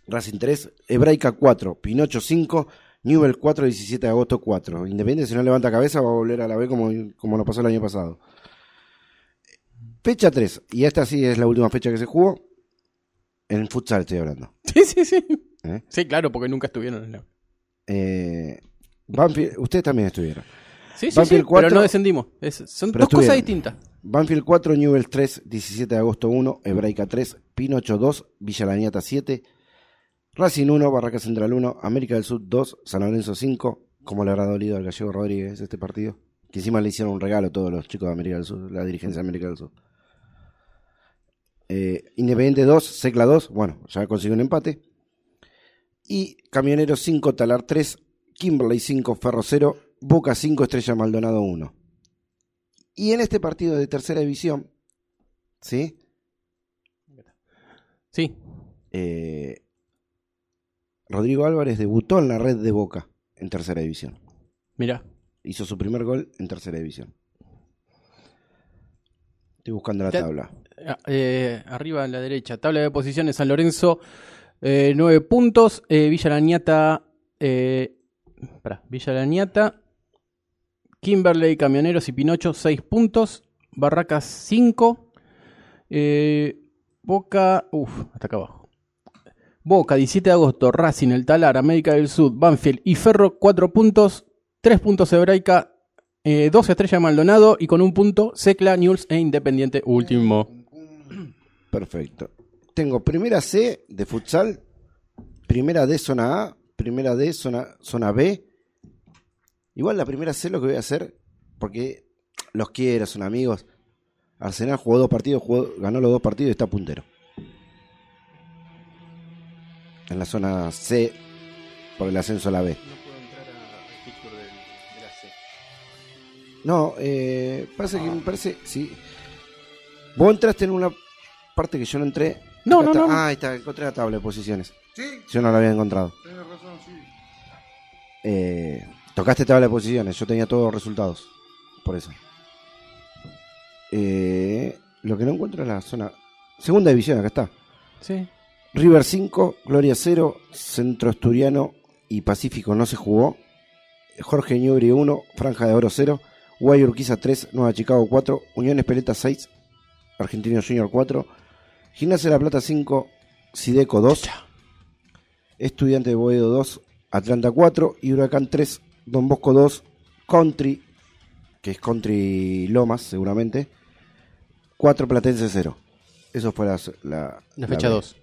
Racing 3, Hebraica 4, Pinocho 5, Newell 4, 17 de agosto 4. Independiente, si no levanta cabeza, va a volver a la B como, como nos pasó el año pasado. Fecha 3, y esta sí es la última fecha que se jugó. En futsal estoy hablando. Sí, sí, sí. ¿Eh? Sí, claro, porque nunca estuvieron en la. Eh, Banfield, ustedes también estuvieron. Sí, sí, sí, Banfield cuatro. pero no descendimos. Es- son Pero dos cosas estuvieron. distintas. Banfield 4, Newell's 3, 17 de agosto 1, Hebraica 3, Pinocho 2, Villa La Niata 7, Racing 1, Barraca Central 1, América del Sur 2, San Lorenzo 5. ¿Cómo le habrá dolido al gallego Rodríguez este partido? Que encima le hicieron un regalo a todos los chicos de América del Sur, la dirigencia de América del Sur. Eh, Independiente 2, Secla 2, bueno, ya consiguió un empate. Y Camioneros 5, Talar 3, Kimberley 5, Ferro 0, Boca 5, Estrella Maldonado 1. Y en este partido de tercera división, ¿sí? Sí. Eh, Rodrigo Álvarez debutó en la red de Boca en tercera división. Mirá. Hizo su primer gol en tercera división. Estoy buscando la Ya- tabla. Ah, eh, arriba a la derecha, tabla de posiciones: San Lorenzo, 9 puntos. eh, Villa La Niata, eh, pará, Villa La Niata, Kimberley, Camioneros y Pinocho, 6 puntos. Barracas, 5. eh, Boca, uff, hasta acá abajo. Boca, 17 de agosto, Racing, El Talar, América del Sur, Banfield y Ferro, 4 puntos. 3 puntos Hebraica, 2 estrellas Maldonado y con un punto Secla, News e Independiente, último. Perfecto. Tengo primera C de futsal, primera D zona A, primera D zona, zona B. Igual la primera C lo que voy a hacer, porque los quiero, son amigos. Arsenal jugó dos partidos, jugó- ganó los dos partidos y está puntero. En la zona C por el ascenso a la B. No puedo entrar a Picture del, de la C. No, eh, pasa que me parece, sí. Vos entraste en una parte que yo no entré. No, Acá no, está. no. Ah, ahí está, encontré la tabla de posiciones. Sí, Yo no la había encontrado. tenés razón, sí. Eh, tocaste tabla de posiciones, yo tenía todos los resultados. Por eso. Eh, lo que no encuentro es la zona. Segunda división, acá está. Sí. River 5, Gloria 0, Centro Asturiano y Pacífico no se jugó. Jorge Ñubri 1, Franja de Oro 0, Guayurquiza 3, Nueva Chicago 4, Unión Espeleta 6, Argentino Junior 4, Gimnasia de la Plata 5, Sideco 2, Estudiante de Boedo 2, Atlanta 4 y Huracán 3, Don Bosco 2, Country, que es Country Lomas seguramente, 4 Platense 0. Eso fue la, la- La fecha B. 2.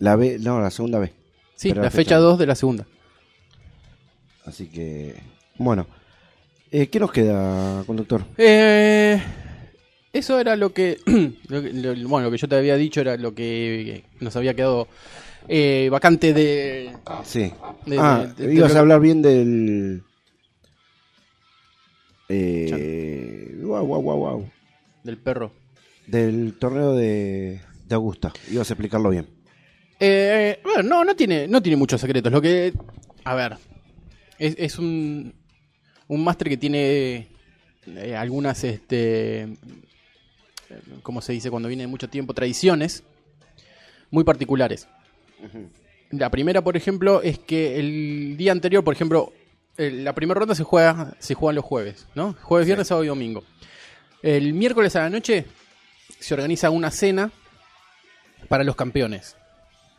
La B, no, la segunda B. Sí, Pero la fecha 2 de la segunda. Así que, bueno. Eh, ¿Qué nos queda, conductor? Eh, eso era lo que, lo que- lo- Bueno, lo que yo te había dicho era lo que nos había quedado eh, vacante de. Sí. de- ah, de- de- ibas de- a hablar bien del... Eh, guau, guau, guau, guau. Del perro. Del torneo de, de Augusta. Ibas a explicarlo bien. Eh, bueno, no, no tiene, no tiene muchos secretos. Lo que. A ver. Es, es un. Un máster que tiene. eh, algunas, este. ¿Cómo se dice cuando viene de mucho tiempo? Tradiciones. Muy particulares. La primera, por ejemplo, es que el día anterior, por ejemplo. eh, La primera ronda se juega, se juegan los jueves, ¿no? Jueves, viernes, sábado y domingo. El miércoles a la noche se organiza una cena para los campeones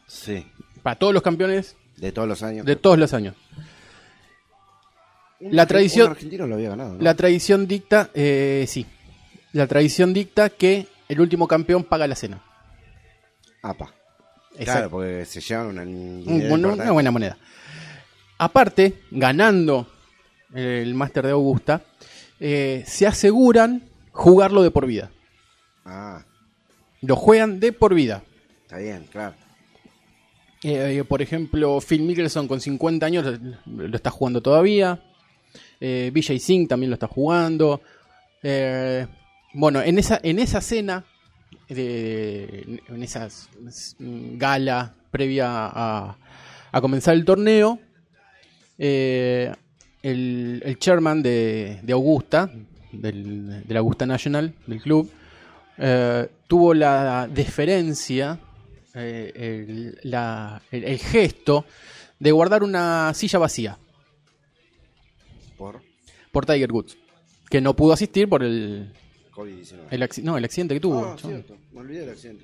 Sí. para todos los campeones De todos los años. de todos los años. Un la argen- tradición- un argentino lo había ganado. ¿no? La tradición dicta, eh, sí, la tradición dicta que el último campeón paga la cena. Apa. Claro, Exacto. porque se llevan una, Un- una- una buena moneda. Aparte, ganando el máster de Augusta, eh, se aseguran jugarlo de por vida. Ah, Lo juegan de por vida. está bien, claro. Eh, eh, por ejemplo, Phil Mickelson con 50 años lo, lo está jugando todavía. Eh, Vijay Singh también lo está jugando. Eh, bueno, en esa, en esa cena, de- en esa s- s- gala previa a, a comenzar el torneo, eh, el, el chairman de, de Augusta, del, del Augusta National, del club, eh, tuvo la deferencia, eh, el, la- el- el gesto de guardar una silla vacía Por... por Tiger Woods, que no pudo asistir por el, COVID-19. El acci- no, el accidente que tuvo. Ah, chabón. cierto. Me olvidé del accidente.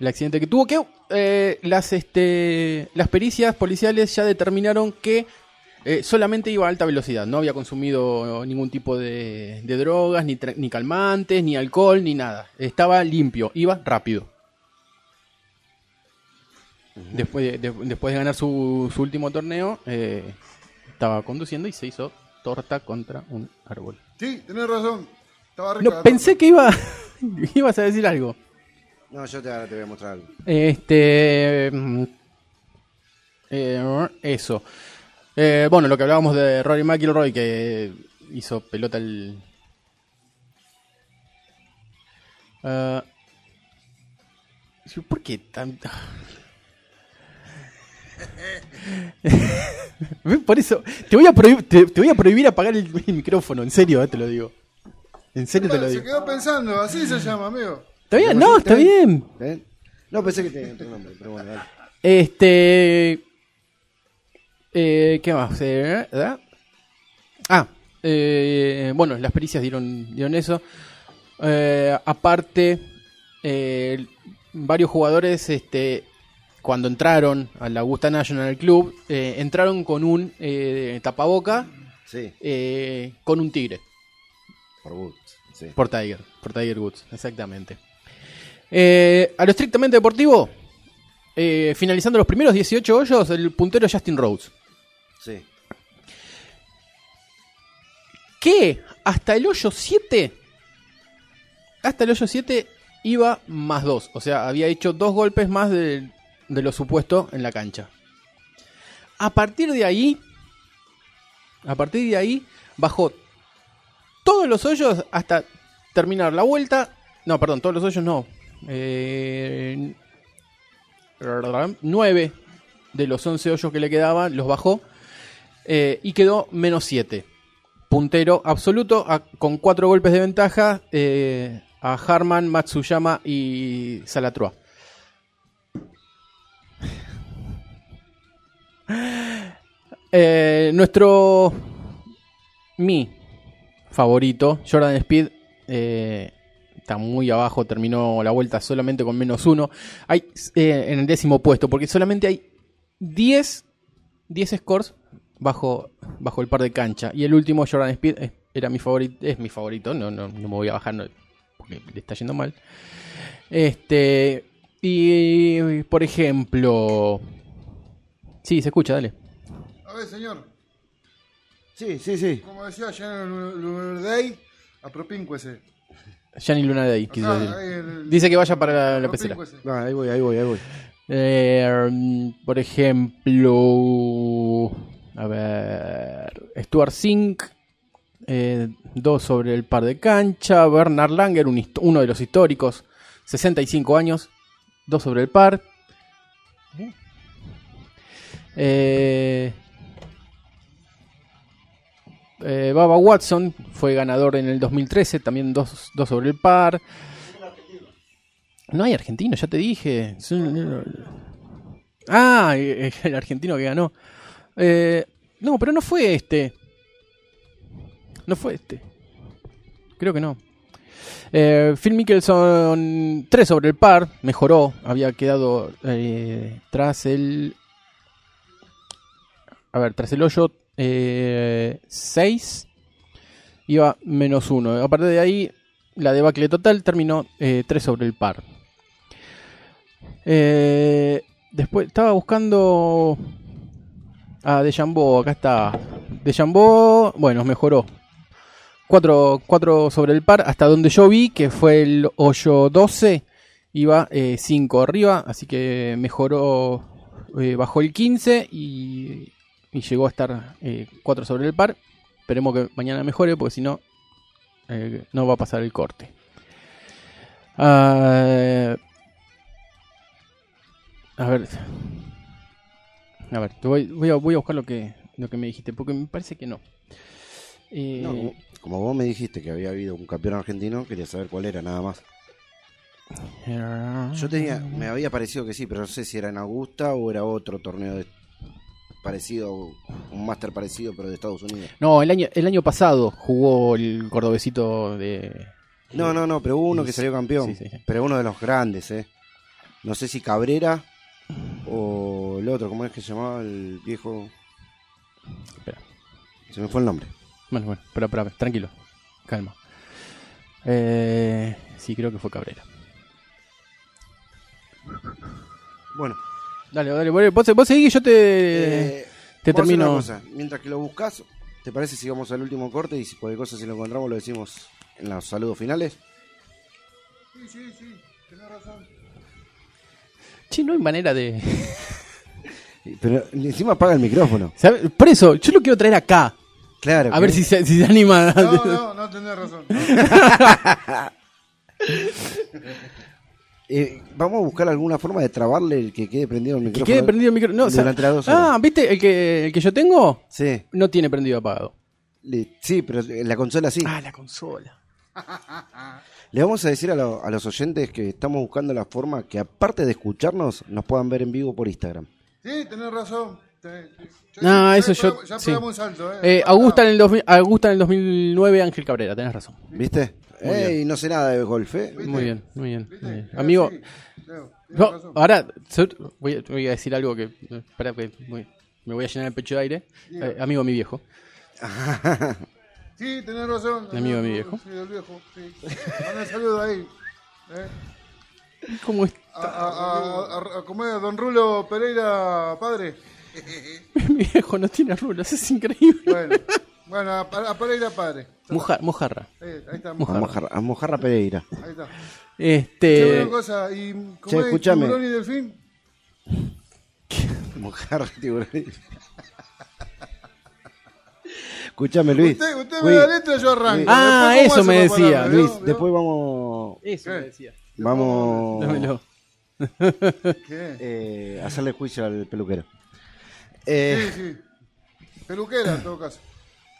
el accidente que tuvo. Que eh, las, este, las pericias policiales ya determinaron que eh, solamente iba a alta velocidad. No había consumido ningún tipo de, de drogas, ni, tra- ni calmantes, ni alcohol, ni nada. Estaba limpio, iba rápido. Después de, de- después de ganar su, su último torneo, eh, estaba conduciendo y se hizo torta contra un árbol. Sí, tenés razón. Estaba rica la No, pensé torta. que iba, ibas a decir algo. No, yo te, ahora te voy a mostrar algo. Este. mm, eh, eso. Eh, bueno, lo que hablábamos de Rory McIlroy que hizo pelota el. Ah, ¿Por qué tan.? ¿Ves? Por eso. Te voy, a prohibir, te, te voy a prohibir apagar el, el micrófono, en serio, eh, te lo digo. En serio te lo Se digo. quedó pensando, así se llama, amigo. ¿Está bien? No, está bien. ¿Ven? ¿Eh? No, pensé que tenía otro nombre, pero bueno, dale. Este. eh, ¿Qué más? Eh, ¿verdad? Ah, eh, bueno, las pericias dieron, dieron eso. Eh, aparte, eh, varios jugadores, este, cuando entraron a la Augusta National Club, eh, entraron con un eh, tapaboca Sí, eh, con un tigre. por Woods. Sí. Por Tiger, por Tiger Woods, exactamente. Eh, a lo estrictamente deportivo, eh, finalizando los primeros 18 hoyos, el puntero Justin Rhodes. sí. Que hasta el hoyo 7, hasta el hoyo 7 iba más 2. O sea, había hecho dos golpes más de, de lo supuesto en la cancha. A partir de ahí, a partir de ahí, bajó todos los hoyos hasta terminar la vuelta. No, perdón, todos los hoyos no. Eh, 9 de los 11 hoyos que le quedaban los bajó eh, y quedó menos 7. Puntero absoluto a- con cuatro golpes de ventaja eh, a Harman, Matsuyama y Salatroa. Eh, nuestro mi favorito, Jordan Speed, eh, está muy abajo, terminó la vuelta solamente con menos uno. Hay, eh, en el décimo puesto, porque solamente hay 10, 10 scores bajo, bajo el par de cancha. Y el último, Jordan Speed, es, era mi favorito, es mi favorito, no, no, no me voy a bajar no, porque le está yendo mal. Este, y por ejemplo... Sí, se escucha, dale. A ver, señor, Sí, sí, sí. como decía Shannon Lurday, apropíncuese. Gianni Luna de ahí, quiso Acá, decir. ahí en el- Dice que vaya para la, la pecera. apropíncuese. No, ahí voy, ahí voy, ahí voy. Eh, mm, por ejemplo, a ver, Stuart Zink, eh, dos sobre el par de cancha, Bernard Langer, un hist- uno de los históricos, 65 años, dos sobre el par. Eh, eh, Baba Watson fue ganador en el 2013, también dos, dos sobre el par. No hay argentino, ya te dije. Es un- Ah, eh, el argentino que ganó. Eh, no, pero no fue este. No fue este. Creo que no. Eh, Phil Mickelson, 3 sobre el par, mejoró. Había quedado eh, tras el. A ver, tras el hoyo 6. iba menos 1. A partir de ahí, la debacle total terminó 3 sobre el par. Eh, después estaba buscando a Dejambó, acá está. Dejambó, bueno, mejoró. 4 sobre el par, hasta donde yo vi, que fue el hoyo 12, iba 5 arriba, así que mejoró, eh, bajó el 15 y, y llegó a estar 4 sobre el par. Esperemos que mañana mejore, porque si no, eh, no va a pasar el corte. Ah, a ver. A ver, te voy, voy a, voy a buscar lo que, lo que me dijiste, porque me parece que no. Eh, No, como, como vos me dijiste que había habido un campeón argentino, quería saber cuál era, nada más. Yo tenía, me había parecido que sí, pero no sé si era en Augusta o era otro torneo de- parecido, un máster parecido, pero de Estados Unidos. No, el año, el año pasado jugó el cordobesito de, No, no, no, pero hubo uno Sí, que sí. salió campeón. Sí, sí, sí. Pero uno de los grandes, ¿eh? No sé si Cabrera o el otro, ¿cómo es que se llamaba el viejo? Espera. Se me fue el nombre. Bueno, bueno, pero, pero, tranquilo. Calma. Eh, sí, creo que fue Cabrera. Bueno, Dale, dale, bueno, vos, vos seguís y yo te, eh, te vamos a hacer termino. una cosa. Mientras que lo buscas, ¿te parece si vamos al último corte y si cualquier cosa, si lo encontramos, lo decimos en los saludos finales? Sí, sí, sí, tenés razón. Che, no hay manera de. Pero encima apaga el micrófono. ¿Sabe? Por eso, yo lo quiero traer acá. Claro. A ver si se, si se anima. No, no, no tenés razón. No. Eh, vamos a buscar alguna forma de trabarle el que quede prendido el que micrófono. quede prendido el micrófono. No, o sea- Durante las dos horas. ah, ¿viste? El que, el que yo tengo Sí, no tiene prendido apagado. le- sí, pero la consola sí. Ah, la consola. Le vamos a decir a, lo- a los oyentes que estamos buscando la forma que, aparte de escucharnos, nos puedan ver en vivo por Instagram. Sí, tenés razón. Te- te- ya- No, ya eso yo. pegamos- Ya sí. pegamos un salto, ¿eh? Eh, Augusta, en el 2000 Augusta en el 2009, Ángel Cabrera, tenés razón. ¿Viste? Ey, no sé nada de golf, ¿eh? Muy bien, muy bien. muy bien. ¿Viste? eh, Amigo, Sí, Leo, tenés no, razón. ahora so- voy a, voy a decir algo que. Espera, que voy- me voy a llenar el pecho de aire. Eh, amigo, mi viejo. Sí, tenés razón. El amigo de mi viejo. Sí, del viejo, sí. Dale un saludo ahí. ¿eh? ¿Cómo es? A, a, a- a- a- ¿cómo es? Don Rulo Pereira, padre. Mi viejo no tiene rulos, es increíble. Bueno, bueno a, a Pereira, padre. Moja- mojarra. Eh, ahí está, A Mojarra, a Mojarra Pereira. ahí está. Che, Este. una cosa, y ¿cómo che, es? escúchame. ¿Tiburón y delfín? Mojarra tiburón. Escúchame, Luis. Usted, usted me Luis, da letra, yo arranco. Ah, Después, ¿cómo eso me hace para decía. pararme, Luis, vio? después vamos, Eso me decía. vamos ¿Qué? eh, a hacerle juicio al peluquero. Sí, Eh, sí. Peluquera, en todo caso.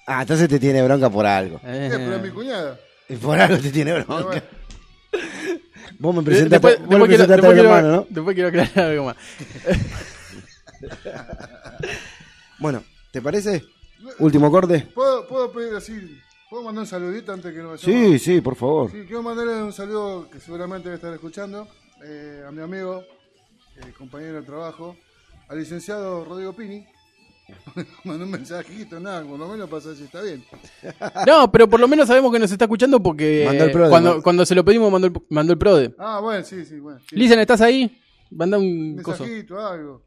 ah, entonces te tiene bronca por algo. Eh, pero es mi cuñada. Y Por algo te tiene Pero Eh. bueno. bronca. Vos me Después, presentaste, vos después quiero, me presentaste después al quiero- hermano, ¿no? después quiero aclarar algo más. Bueno, ¿te parece? Último corte. ¿Puedo, puedo pedir así, puedo mandar un saludito antes que nos vayamos? Sí, sí, por favor. Sí, quiero mandarle un saludo que seguramente debe estar escuchando eh, a mi amigo, eh, compañero de trabajo, al licenciado Rodrigo Pini. Mandó un mensajito, nada, por lo menos pasa si está bien. No, pero por lo menos sabemos que nos está escuchando porque Mandó el prode, cuando, ¿no? cuando se lo pedimos mandó el, mandó el prode. Ah, bueno, sí, sí, bueno. sí. Lizan, ¿estás ahí? Manda un Un coso. mensajito, algo.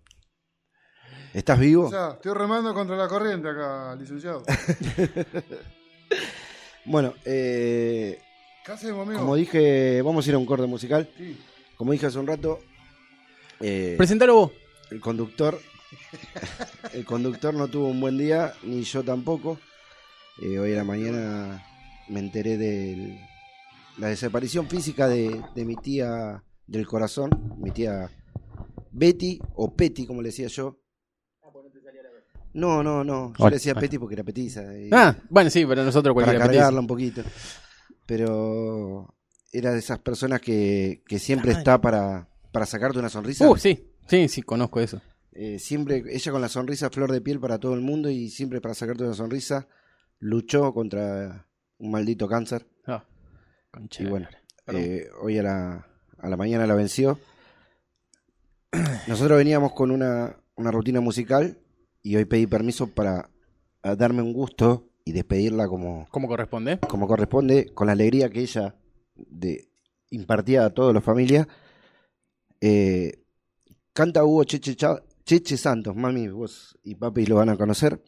¿Estás vivo? O sea, estoy remando contra la corriente acá, licenciado. Bueno, eh, ¿Qué hacemos, amigo? como dije, vamos a ir a un corte musical. Sí. Como dije hace un rato, eh, Presentalo vos. el conductor, el conductor no tuvo un buen día, ni yo tampoco. Eh, hoy a la mañana me enteré de la desaparición física de, de mi tía del corazón, mi tía Betty, o Petty, como le decía yo. No, no, no. Yo Hola. le decía Ah. Petty porque era petiza. y- Ah, bueno, sí, pero nosotros para cualquiera. cargarla un poquito. Pero era de esas personas que, que siempre La madre. está para, para sacarte una petiza. sonrisa. Uh, sí, sí, sí, conozco eso. Eh, siempre ella con la sonrisa flor de piel para todo el mundo y siempre para sacarte una sonrisa luchó contra un maldito cáncer. Ah, concha Y de la bueno, lora. Perdón. eh, hoy a la, a la mañana la venció. Nosotros veníamos con una, una rutina musical y hoy pedí permiso para eh, darme un gusto y despedirla como, ¿Cómo corresponde? como corresponde, con la alegría que ella de, impartía a toda la familia. Eh, canta Hugo Cheche, Cha- Cheche Santos, mami, vos y papi lo van a conocer.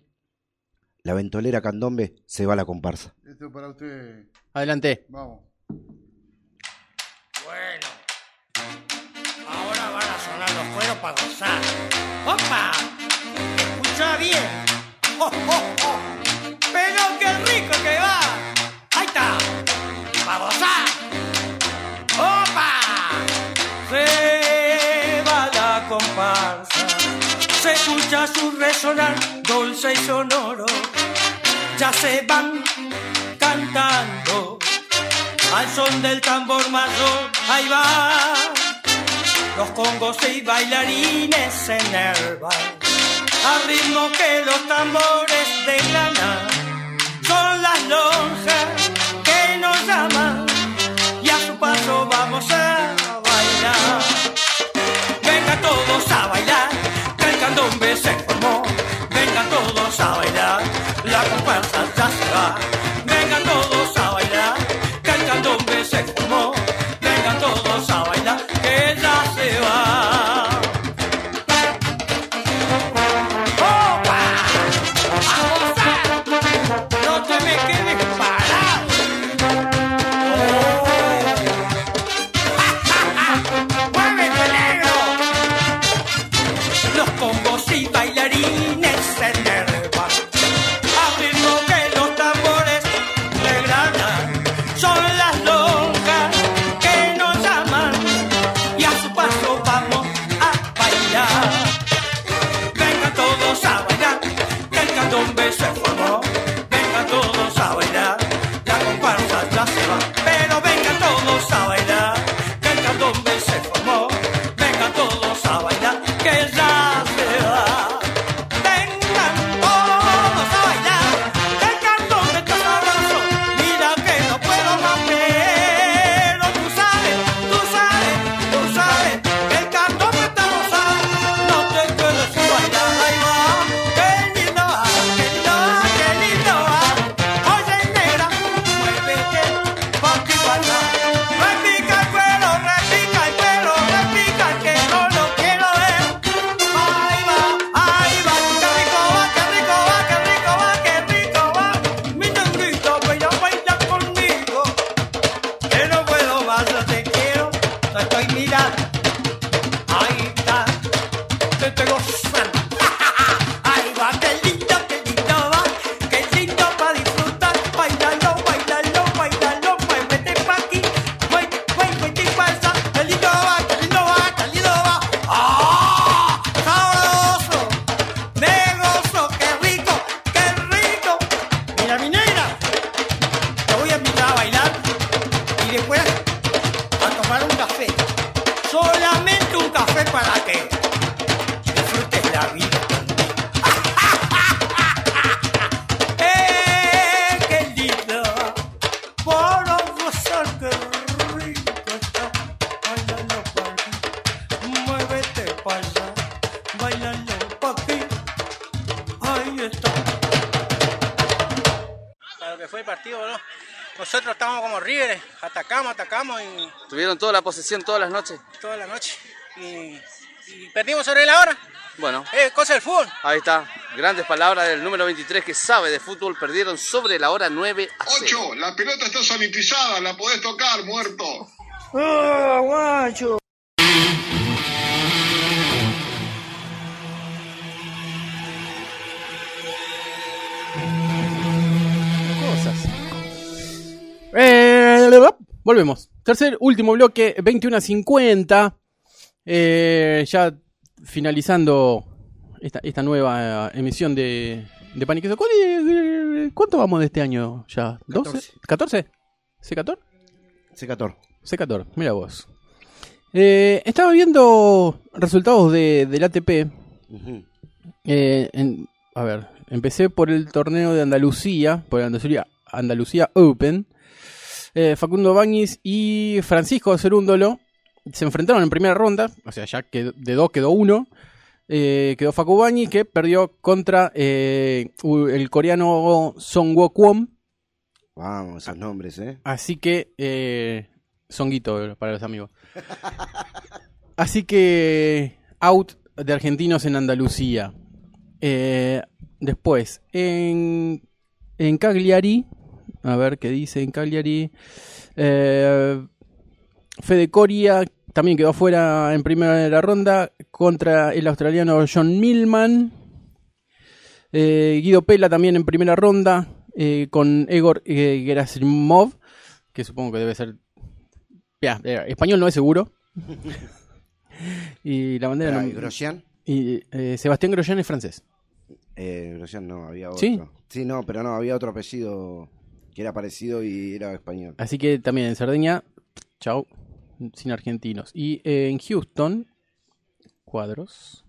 La ventolera candombe se va a la comparsa. Esto es para usted. Adelante. Vamos. Bueno, ahora van a sonar los cueros para gozar. ¡Opa! Escucha bien. ¡Ho, ho, ho! ¡Pero qué rico que va! ¡Ahí está! ¡Para gozar! ¡Opa! Se va la comparsa. Se escucha su resonar dulce y sonoro. Ya se van cantando al son del tambor mayor, ahí va. Los congos y bailarines se enervan, al ritmo que los tambores de lana son las lonjas que nos llaman ¡Ah! fue el partido, boludo. Nosotros estábamos como River, atacamos, atacamos y Tuvieron toda la posesión todas las noches. toda la noche. Y, y perdimos sobre la hora. Bueno, Es cosa del fútbol. ahí está. Grandes palabras del número 23 que sabe de fútbol. Perdieron sobre la hora 9 a 0. 8. La pelota está sanitizada, la podés tocar, muerto. ¡Ah, guacho! Cosas. Eh, volvemos. Tercer, último bloque, 21 a 50. Eh, ya finalizando esta, esta nueva eh, emisión de, de Pan y Queso. ¿Cuál es- ¿Cuánto vamos de este año ya? ¿12? ¿14? ¿C14? C14. C14, mira vos. Eh, estaba viendo resultados de, del ATP. Ujú. Eh, en- a ver, empecé por el torneo de Andalucía, por el Andalucía, Andalucía Open. Eh, Facundo Bañiz y Francisco Cerúndolo se enfrentaron en primera ronda, o sea, ya quedó- de dos quedó uno. Eh, quedó Facu Bañiz que perdió contra eh, u- el coreano Song Wo Kwon. Vamos, esos nombres, ¿eh? Así que, eh, Songuito para los amigos. Así que, out de argentinos en Andalucía. Eh, después, en, en Cagliari, a ver qué dice en Cagliari. eh, Fede Coria también quedó afuera en primera ronda contra el australiano John Milman. Eh, Guido Pela también en primera ronda eh, con Egor eh, Gerasimov, que supongo que debe ser... Ya, eh, español no es seguro. y la bandera... Era no- Grosjean. y eh, Sebastián Grosjean es francés. Eh, Grosjean no, había otro. ¿Sí? Sí, no, pero no, había otro apellido que era parecido y era español. Así que también en Cerdeña, chau, sin argentinos. Y eh, en Houston, cuadros.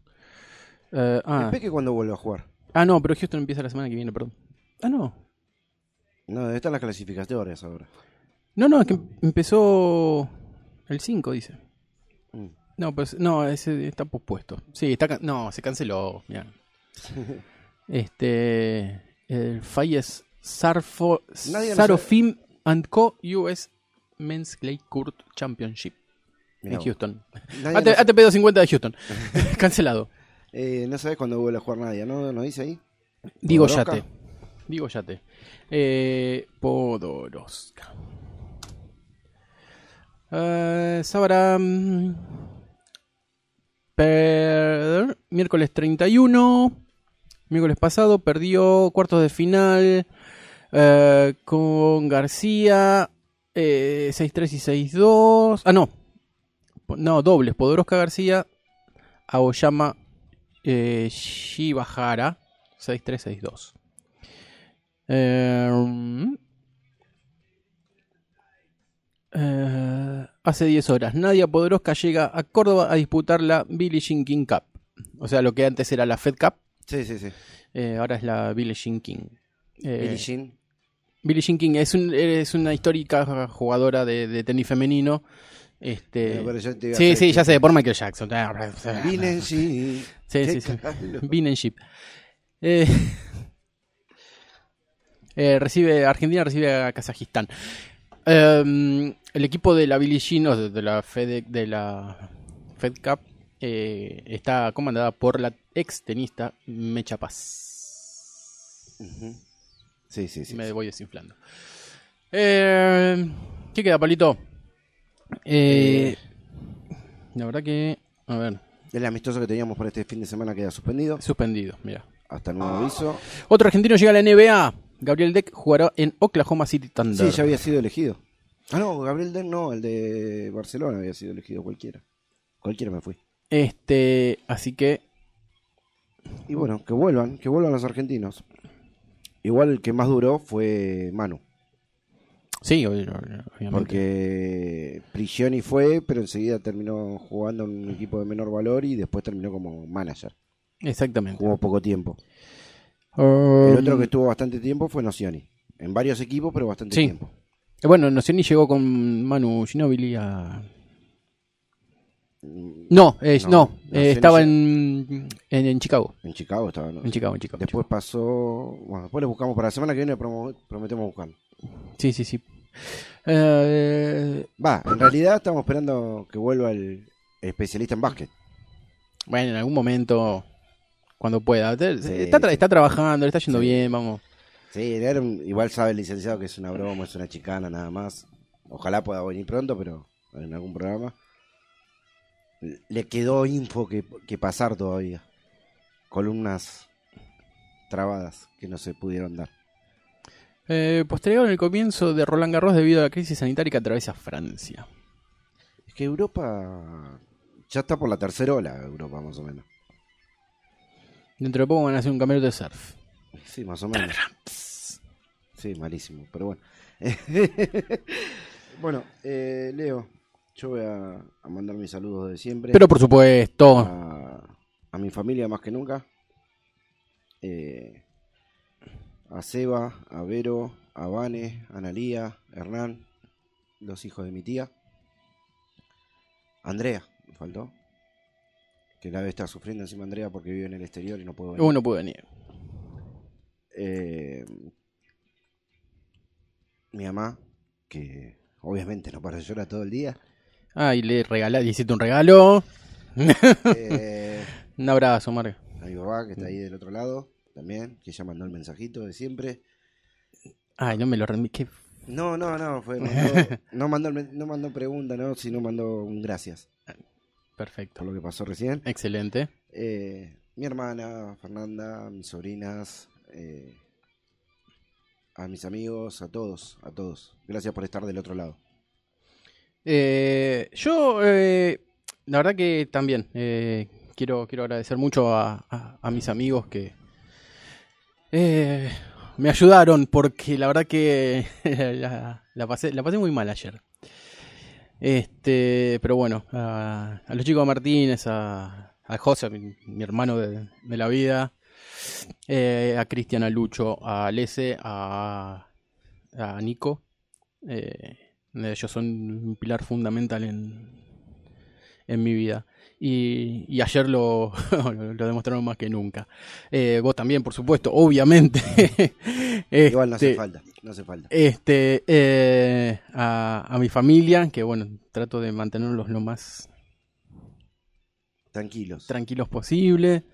Eh, ah, El Peque cuando vuelve a jugar. ah, no, pero Houston empieza la semana que viene, perdón. Ah, no. No, debe estar las clasificatorias ahora. No, no, es que em- empezó el 5, dice. Mm. No, pues, no, ese está pospuesto. Sí, está can- no, se canceló. mirá. Este, el Falles Sarfo Nadie lo Sarofim and Co US Men's Clay Court Championship Mirá en vos. Houston. Nadie AT- no, sa- ATP 250 de Houston. Cancelado. eh, no sabes cuándo vuelve a jugar nadie, ¿no? ¿No dice ahí? Digo Podoroska. Yate. Digo Yate. Eh, Podoroska. Eh, Sabram. Per... Miércoles 31. Miércoles pasado perdió cuartos de final eh, con García. eh, 6-3 y 6-2. Ah, no. Po- No, dobles. Podoroska García. Aoyama eh, Shibahara. 6362. Eh, mm. Eh, hace 10 horas, Nadia Podoroska llega a Córdoba a disputar la Billie Jean King Cup. O sea, lo que antes era la Fed Cup, Sí, sí, sí. eh, ahora es la Billie Jean King. Eh, Billie Jean. Billie Jean King es, un- es una histórica jugadora de, de tenis femenino. Este, Eh, pero yo te iba a sí, hacer sí, que- ya sé, por Michael Jackson. Billie Jean. ah. Sí, Qué sí, sí. cagalo. Bean and Chip. Eh, eh, recibe, Argentina recibe a Kazajistán. Em, el equipo de la Billie Jean, o de, de la Fed, de la Fed Cup, eh, está comandada por la ex tenista Mecha Paz. Ujú. Sí, sí, sí. Me voy desinflando. Eh, ¿Qué queda, Palito? Eh, La verdad que. A ver, El amistoso que teníamos para este fin de semana queda suspendido. suspendido, mira. Hasta nuevo Ah. aviso. Otro argentino llega a la NBA. Gabriel Deck jugará en Oklahoma City Thunder. Sí, ya había sido elegido. Ah, no, Gabriel Den no, el de Barcelona había sido elegido cualquiera. Cualquiera me fui. Este, así que Y bueno, que vuelvan, que vuelvan los argentinos. Igual el que más duró fue Manu. sí, ob- ob- obviamente. Porque Prigioni fue, pero enseguida terminó jugando en un equipo de menor valor y después terminó como manager. exactamente. Jugó poco tiempo. Um, El otro que estuvo bastante tiempo fue Nocioni. En varios equipos, pero bastante Sí. tiempo. bueno, Nocioni llegó con Manu Ginobili a No, eh, No, no, no, eh, sí, estaba no sé. en, en, en Chicago. En Chicago estaba, ¿no? En Chicago, en Chicago. Después pasó. Bueno, después le buscamos para la semana que viene, promo- prometemos buscar. Sí, sí, sí. Eh, Va, en realidad estamos esperando que vuelva el, el especialista en básquet. bueno, en algún momento, cuando pueda. Te- Sí, está, tra- sí. está trabajando, le está yendo Sí. bien, vamos. Sí, era un- igual sabe el licenciado que es una broma, es una chicana nada más. Ojalá pueda venir pronto, pero en algún programa. Le quedó info que, que pasar todavía. Columnas trabadas que no se pudieron dar. Eh, posterior al comienzo de Roland Garros debido a la crisis sanitaria que atraviesa Francia. Es que Europa ya está por la tercera ola, Europa más o menos. Dentro de poco van a hacer un campeonato de surf. Sí, más o menos. Sí, malísimo, pero bueno. bueno, eh, Leo, yo voy a, a mandar mis saludos de siempre. Pero por Ah, supuesto, a, a mi familia más que nunca. Eh, a Seba, a Vero, a Vane, a Analía, Hernán, los hijos de mi tía. Andrea, me faltó. Que la vez está sufriendo encima Andrea porque vive en el exterior y no puedo venir. uno puede venir. Eh, mi mamá, que obviamente no para de llorar todo el día. Ah, y le regalá, le hiciste un regalo. Eh, Un abrazo, Marga. a mi papá, que está ahí del otro lado, también, que ya mandó el mensajito de siempre. Ay, no me lo rendí. Qué No, no, no, fue, mandó- no, mandó, el men- no mandó pregunta, no, sino mandó un gracias por perfecto. lo que pasó recién. Excelente. Eh, mi hermana, Fernanda, mis sobrinas, eh, a mis amigos, a todos, a todos. Gracias por estar del otro lado. Eh, yo, eh, la verdad que también eh, quiero, quiero agradecer mucho a, a- a mis amigos que eh, me ayudaron porque la verdad que la, la pasé, la pasé muy mal ayer. Este, pero bueno, a, a los chicos de Martínez, a, a José, mi, mi hermano de, de la vida, eh, a Cristian, a Lucho, a Lese, a, a Nico. eh, ellos son un pilar fundamental en, en mi vida. Y, y ayer lo, lo demostraron más que nunca. Eh, vos también, por supuesto, obviamente. Igual no hace Este, falta, no hace falta. este, eh, a, a mi familia, que bueno, trato de mantenerlos lo más Tranquilos. tranquilos posible.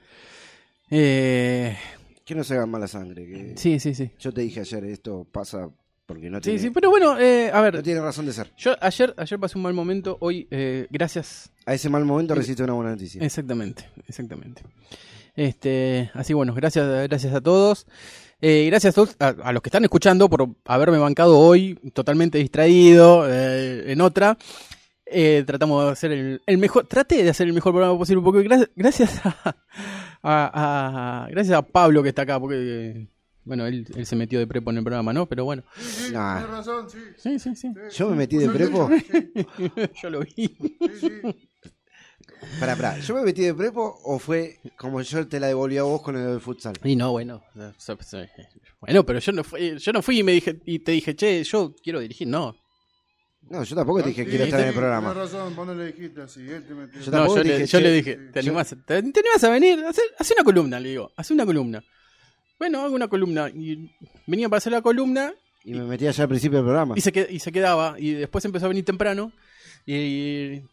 Eh, que no se hagan mala sangre. que- sí, sí, sí. Yo te dije ayer, esto pasa porque no Sí, tiene, sí, pero bueno, eh, a no ver, tiene razón de ser. yo ayer, ayer pasé un mal momento, hoy, eh, gracias. A ese mal momento Eh, resiste una buena noticia. Exactamente, exactamente. Este, así bueno, gracias, gracias a todos. Eh, gracias a, todos- a- a los que están escuchando por haberme bancado hoy, totalmente distraído, eh, en otra. Eh, tratamos de hacer el, el mejor, traté de hacer el mejor programa posible, porque gra- gracias a, a- a- gracias a Pablo que está acá, porque eh, bueno, él, él se metió de prepo en el programa, ¿no? Pero bueno, Sí, sí, Nah. tienes razón, sí. sí, sí, sí. Yo me metí de prepo. Yo lo vi. Sí, sí. Pará, pará, ¿yo me metí de prepo o fue como yo te la devolví a vos con el futsal? Y no, bueno. eh, so- so- eh, Bueno, pero yo no fui, yo no fui y me dije, y te dije, che, yo quiero dirigir. No. No, yo tampoco te Pues dije que quiero estar en el programa. Tienes razón, vos no le dijiste así, él te metió. Yo No, tampoco yo, le, dije, yo "Che, le dije, te yo- animás, te, te animás a venir, hace, hace una columna, le digo, hace una columna. Bueno, hago una columna. Y venía para hacer la columna Y me metí allá al principio del programa. y se, qued- y se quedaba. Y después empezó a venir temprano. Y, y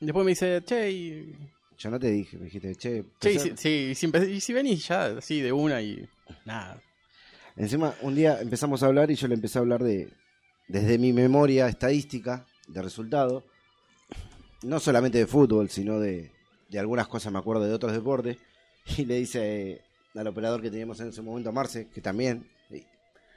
después me dice, che, y, Yo no te dije, me dijiste, che, che, y si, empezá- sí, y si empe- y si venís ya, así de una y nada. Encima, un día empezamos a hablar y yo le empecé a hablar de. Desde mi memoria estadística de resultado. No solamente de fútbol, sino de, de algunas cosas, me acuerdo de otros deportes. Y le dice eh, al operador que teníamos en ese momento, Marce, que también. eh,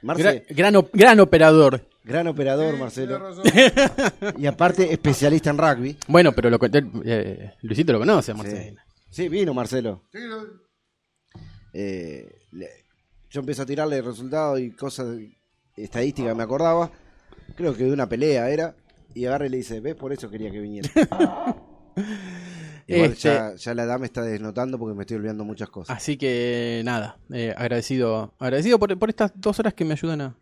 Gra- Marce, gran, op- gran operador. gran operador, Marcelo. Tienes razón. Y aparte, especialista en rugby. Bueno, pero lo, con- eh, Luisito lo conoce, Marcelo. Sí, vino Marcelo. Sí, lo- Eh, le- yo empecé a tirarle resultados y cosas estadísticas, me acordaba. Creo que de una pelea era. Y agarra y le dice, ¿ves? Por eso quería que viniera. Igual Este- ya, ya la edad me está desnotando porque me estoy olvidando muchas cosas. Así que nada, eh, agradecido, agradecido por, por estas dos horas que me ayudan a,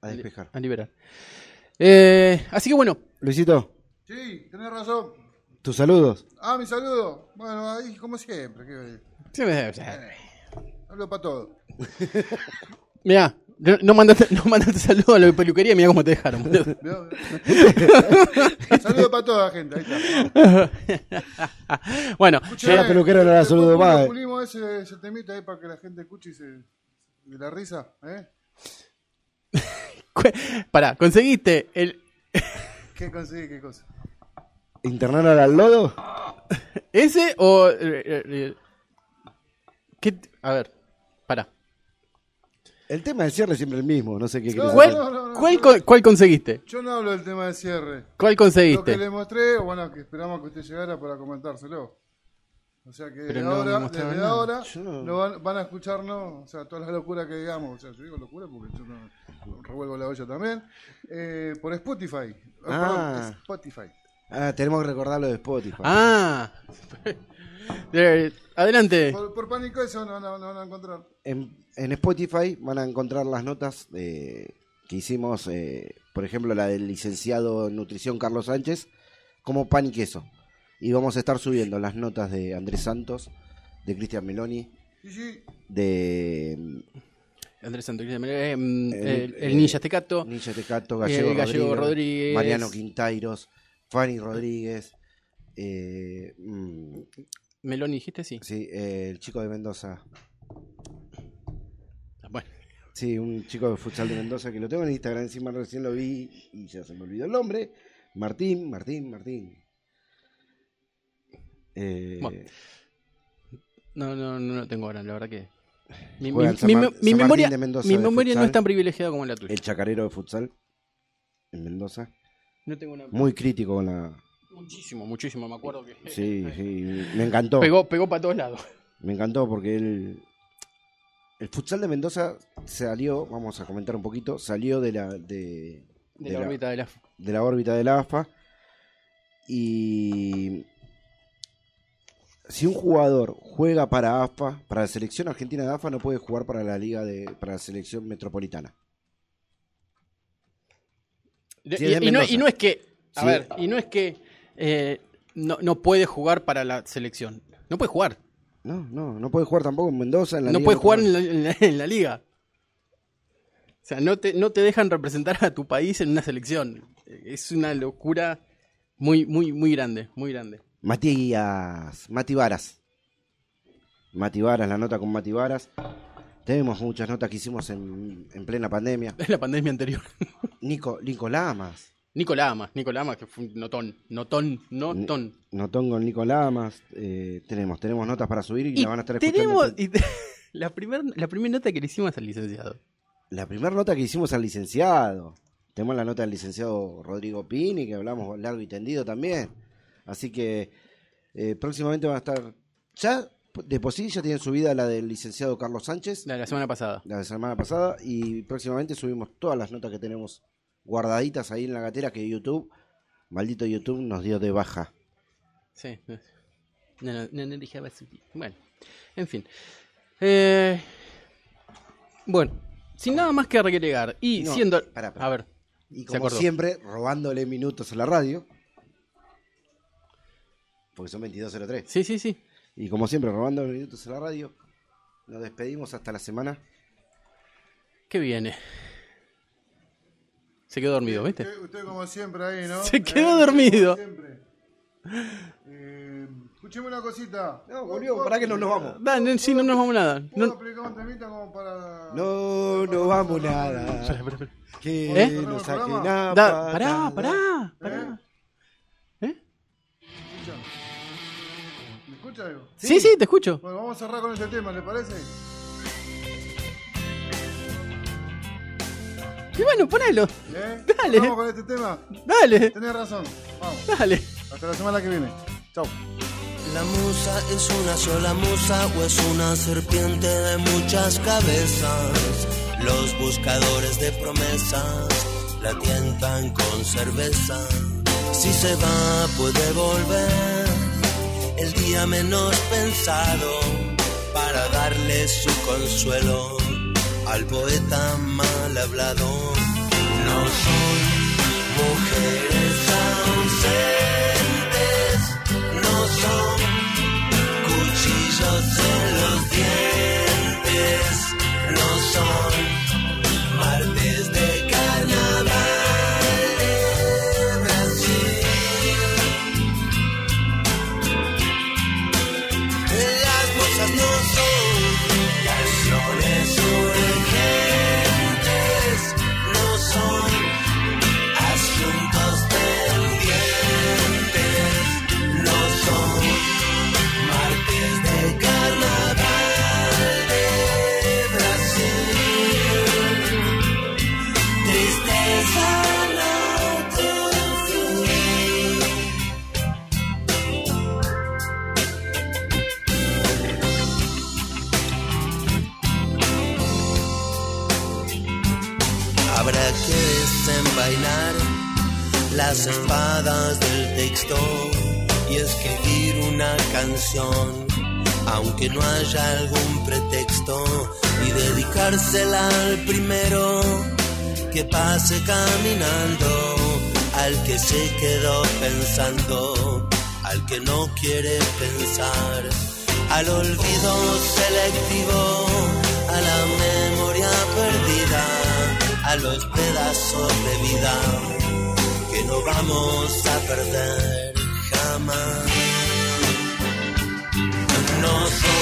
A despejar. a liberar. Eh, así que bueno, Luisito, sí, tenés razón. Tus saludos. Ah, mi saludo. Bueno, ahí como siempre. ¿qué voy a decir? Hablo para todo. Mirá, no- no mandaste, no mandaste saludo a la peluquería, mirá cómo te dejaron. boludo. ¿Vio? Saludo para toda la gente. Ahí está. bueno, eh, Yo a la peluquera no la saludo más. eh. Pulimos ese, ese temita ahí para que la gente escuche y se. De la risa, ¿eh? cu- pará, conseguiste el. ¿Qué conseguí? ¿Qué cosa? ¿Internaron al lodo? ¿Ese o.? eh, eh, eh, ¿Qué? t- A ver, pará. El tema del cierre es siempre el mismo, no sé qué querés ¿Cuál, hacer. no, no, no, cuál no. co- cuál conseguiste? Yo no hablo del tema de cierre. ¿Cuál Lo que conseguiste? le mostré, o bueno, que esperamos que usted llegara para comentárselo. O sea que desde no me ahora, mostraba desde nada. ahora Yo no- lo van, van a escucharnos, o sea, todas las locuras que digamos. O sea, yo digo locura porque yo no revuelvo la olla también. Eh, por Spotify. Ah, Ah. perdón, Spotify. Ah, tenemos que recordarlo de Spotify. Ah. Eh, Adelante. Por, por pánico eso no, no, no van a encontrar. En, en Spotify van a encontrar las notas eh, que hicimos, eh, por ejemplo, la del licenciado en nutrición Carlos Sánchez, como pan y queso. Y vamos a estar subiendo las notas de Andrés Santos, de Cristian Meloni, Gigi, de mm, Andrés Santos, eh, mm, El- el, el eh, Ninja Tecato. Ninja Tecato, Eh, Gallego, Gallego Rodríguez, Rodríguez. Mariano Quintairos, Fanny Rodríguez, eh, mm, Meloni, dijiste sí. sí, eh, el chico de Mendoza. Ah, Bueno. Sí, un chico de futsal de Mendoza que lo tengo en Instagram, encima recién lo vi y ya se me olvidó el nombre. Martín, Martín, Martín. Eh, Bueno, No, no, no lo tengo ahora, la verdad que. Mi, Juega mi- en San mi- Mar- mi San Martín memoria, de Mendoza mi de memoria no futsal. es tan privilegiada como la tuya. el chacarero de futsal en Mendoza. No tengo una- Muy crítico con la. Muchísimo, muchísimo, me acuerdo que. Sí, sí, me encantó. Eh, Pegó, pegó para todos lados. Me encantó porque el, el futsal de Mendoza salió, vamos a comentar un poquito, salió de la, de, De, de la, la- órbita de la. de la órbita de la AFA. Y si un jugador juega para AFA, para la selección argentina de AFA, no puede jugar para la liga de para la selección metropolitana. de- Sí, y, es de y no, Mendoza. y no es que. A Sí. ver, y no es que. eh, no, no puede jugar para la selección. No puede jugar. No, no, no puede jugar tampoco en Mendoza. En la No liga puede jugar en metropolitana. la, en la- en la liga. O sea, no te, no te dejan representar a tu país en una selección. Es una locura muy, muy, muy grande, muy grande. Matías, Mati Varas. Mati Varas, la nota con Mati Varas. Tenemos muchas notas que hicimos en, en plena pandemia. Es la pandemia anterior. Nico, Nico Lamas. Nicolamas, Nicolamas, que fue un notón, notón, notón. Notón con Nico Lamas. Eh, tenemos, tenemos notas para subir y, la van a estar escuchando. tenemos y te- la primera la primer nota que le hicimos al licenciado. La primera nota que hicimos al licenciado. Tenemos la nota del licenciado Rodrigo Pini, que hablamos largo y tendido también. Así que eh, próximamente van a estar. Ya de por sí ya tienen subida la del licenciado Carlos Sánchez, La, la semana pasada. la de semana pasada, y próximamente subimos todas las notas que tenemos guardaditas ahí en la gatera que YouTube, maldito YouTube, nos dio de baja. Sí. No, no, no, no dejaba subir. Bueno, en fin. Eh, bueno, sin nada más que agregar. Y No, siendo. pará, pará. A ver. Y Se como acordó. siempre, robándole minutos a la radio. Porque son 22.03. Sí, sí, sí. Y como siempre, robando los minutos a la radio, nos despedimos hasta la semana. ¿Qué viene? Se quedó dormido, ¿viste? usted, usted como siempre ahí, ¿no? Eh, Se quedó usted como dormido. siempre. Eh, escucheme una cosita. No, boludo, para que no nos vamos. Da, no, sí, no nos vamos nada. ¿Puedo No- aplicar un temita como para.? No, no vamos nada. Que ¿Eh? no saque Programa. nada. da- pará, pará, ¿Eh? pará. ¿Eh? Escucha. ¿Me escucha algo? Sí, sí, te escucho. Bueno, vamos a cerrar con este tema, ¿le parece? Y bueno, ponelo. ¿Eh? Dale. Vamos con este tema. Dale, Tenés razón. Vamos. dale. Hasta la semana que viene. Chau. La musa es una sola musa o es una serpiente de muchas cabezas. Los buscadores de promesas la tientan con cerveza. Si se va puede volver el día menos pensado para darle su consuelo al poeta mal hablado. No son mujeres ausentes son cuchillos en los dientes, no son martes de carnaval de Brasil. Las bolsas no son calzones urgentes, no son asuntos pendientes, no son martes de carnaval de Brasil. Tristeza no te fui. Habrá que desenvainar las espadas del texto y escribir una canción, aunque no haya algún pretexto, y dedicársela al primero que pase caminando, al que se quedó pensando, al que no quiere pensar, al olvido selectivo, a la memoria perdida, a los pedazos de vida que no vamos a perder jamás. No son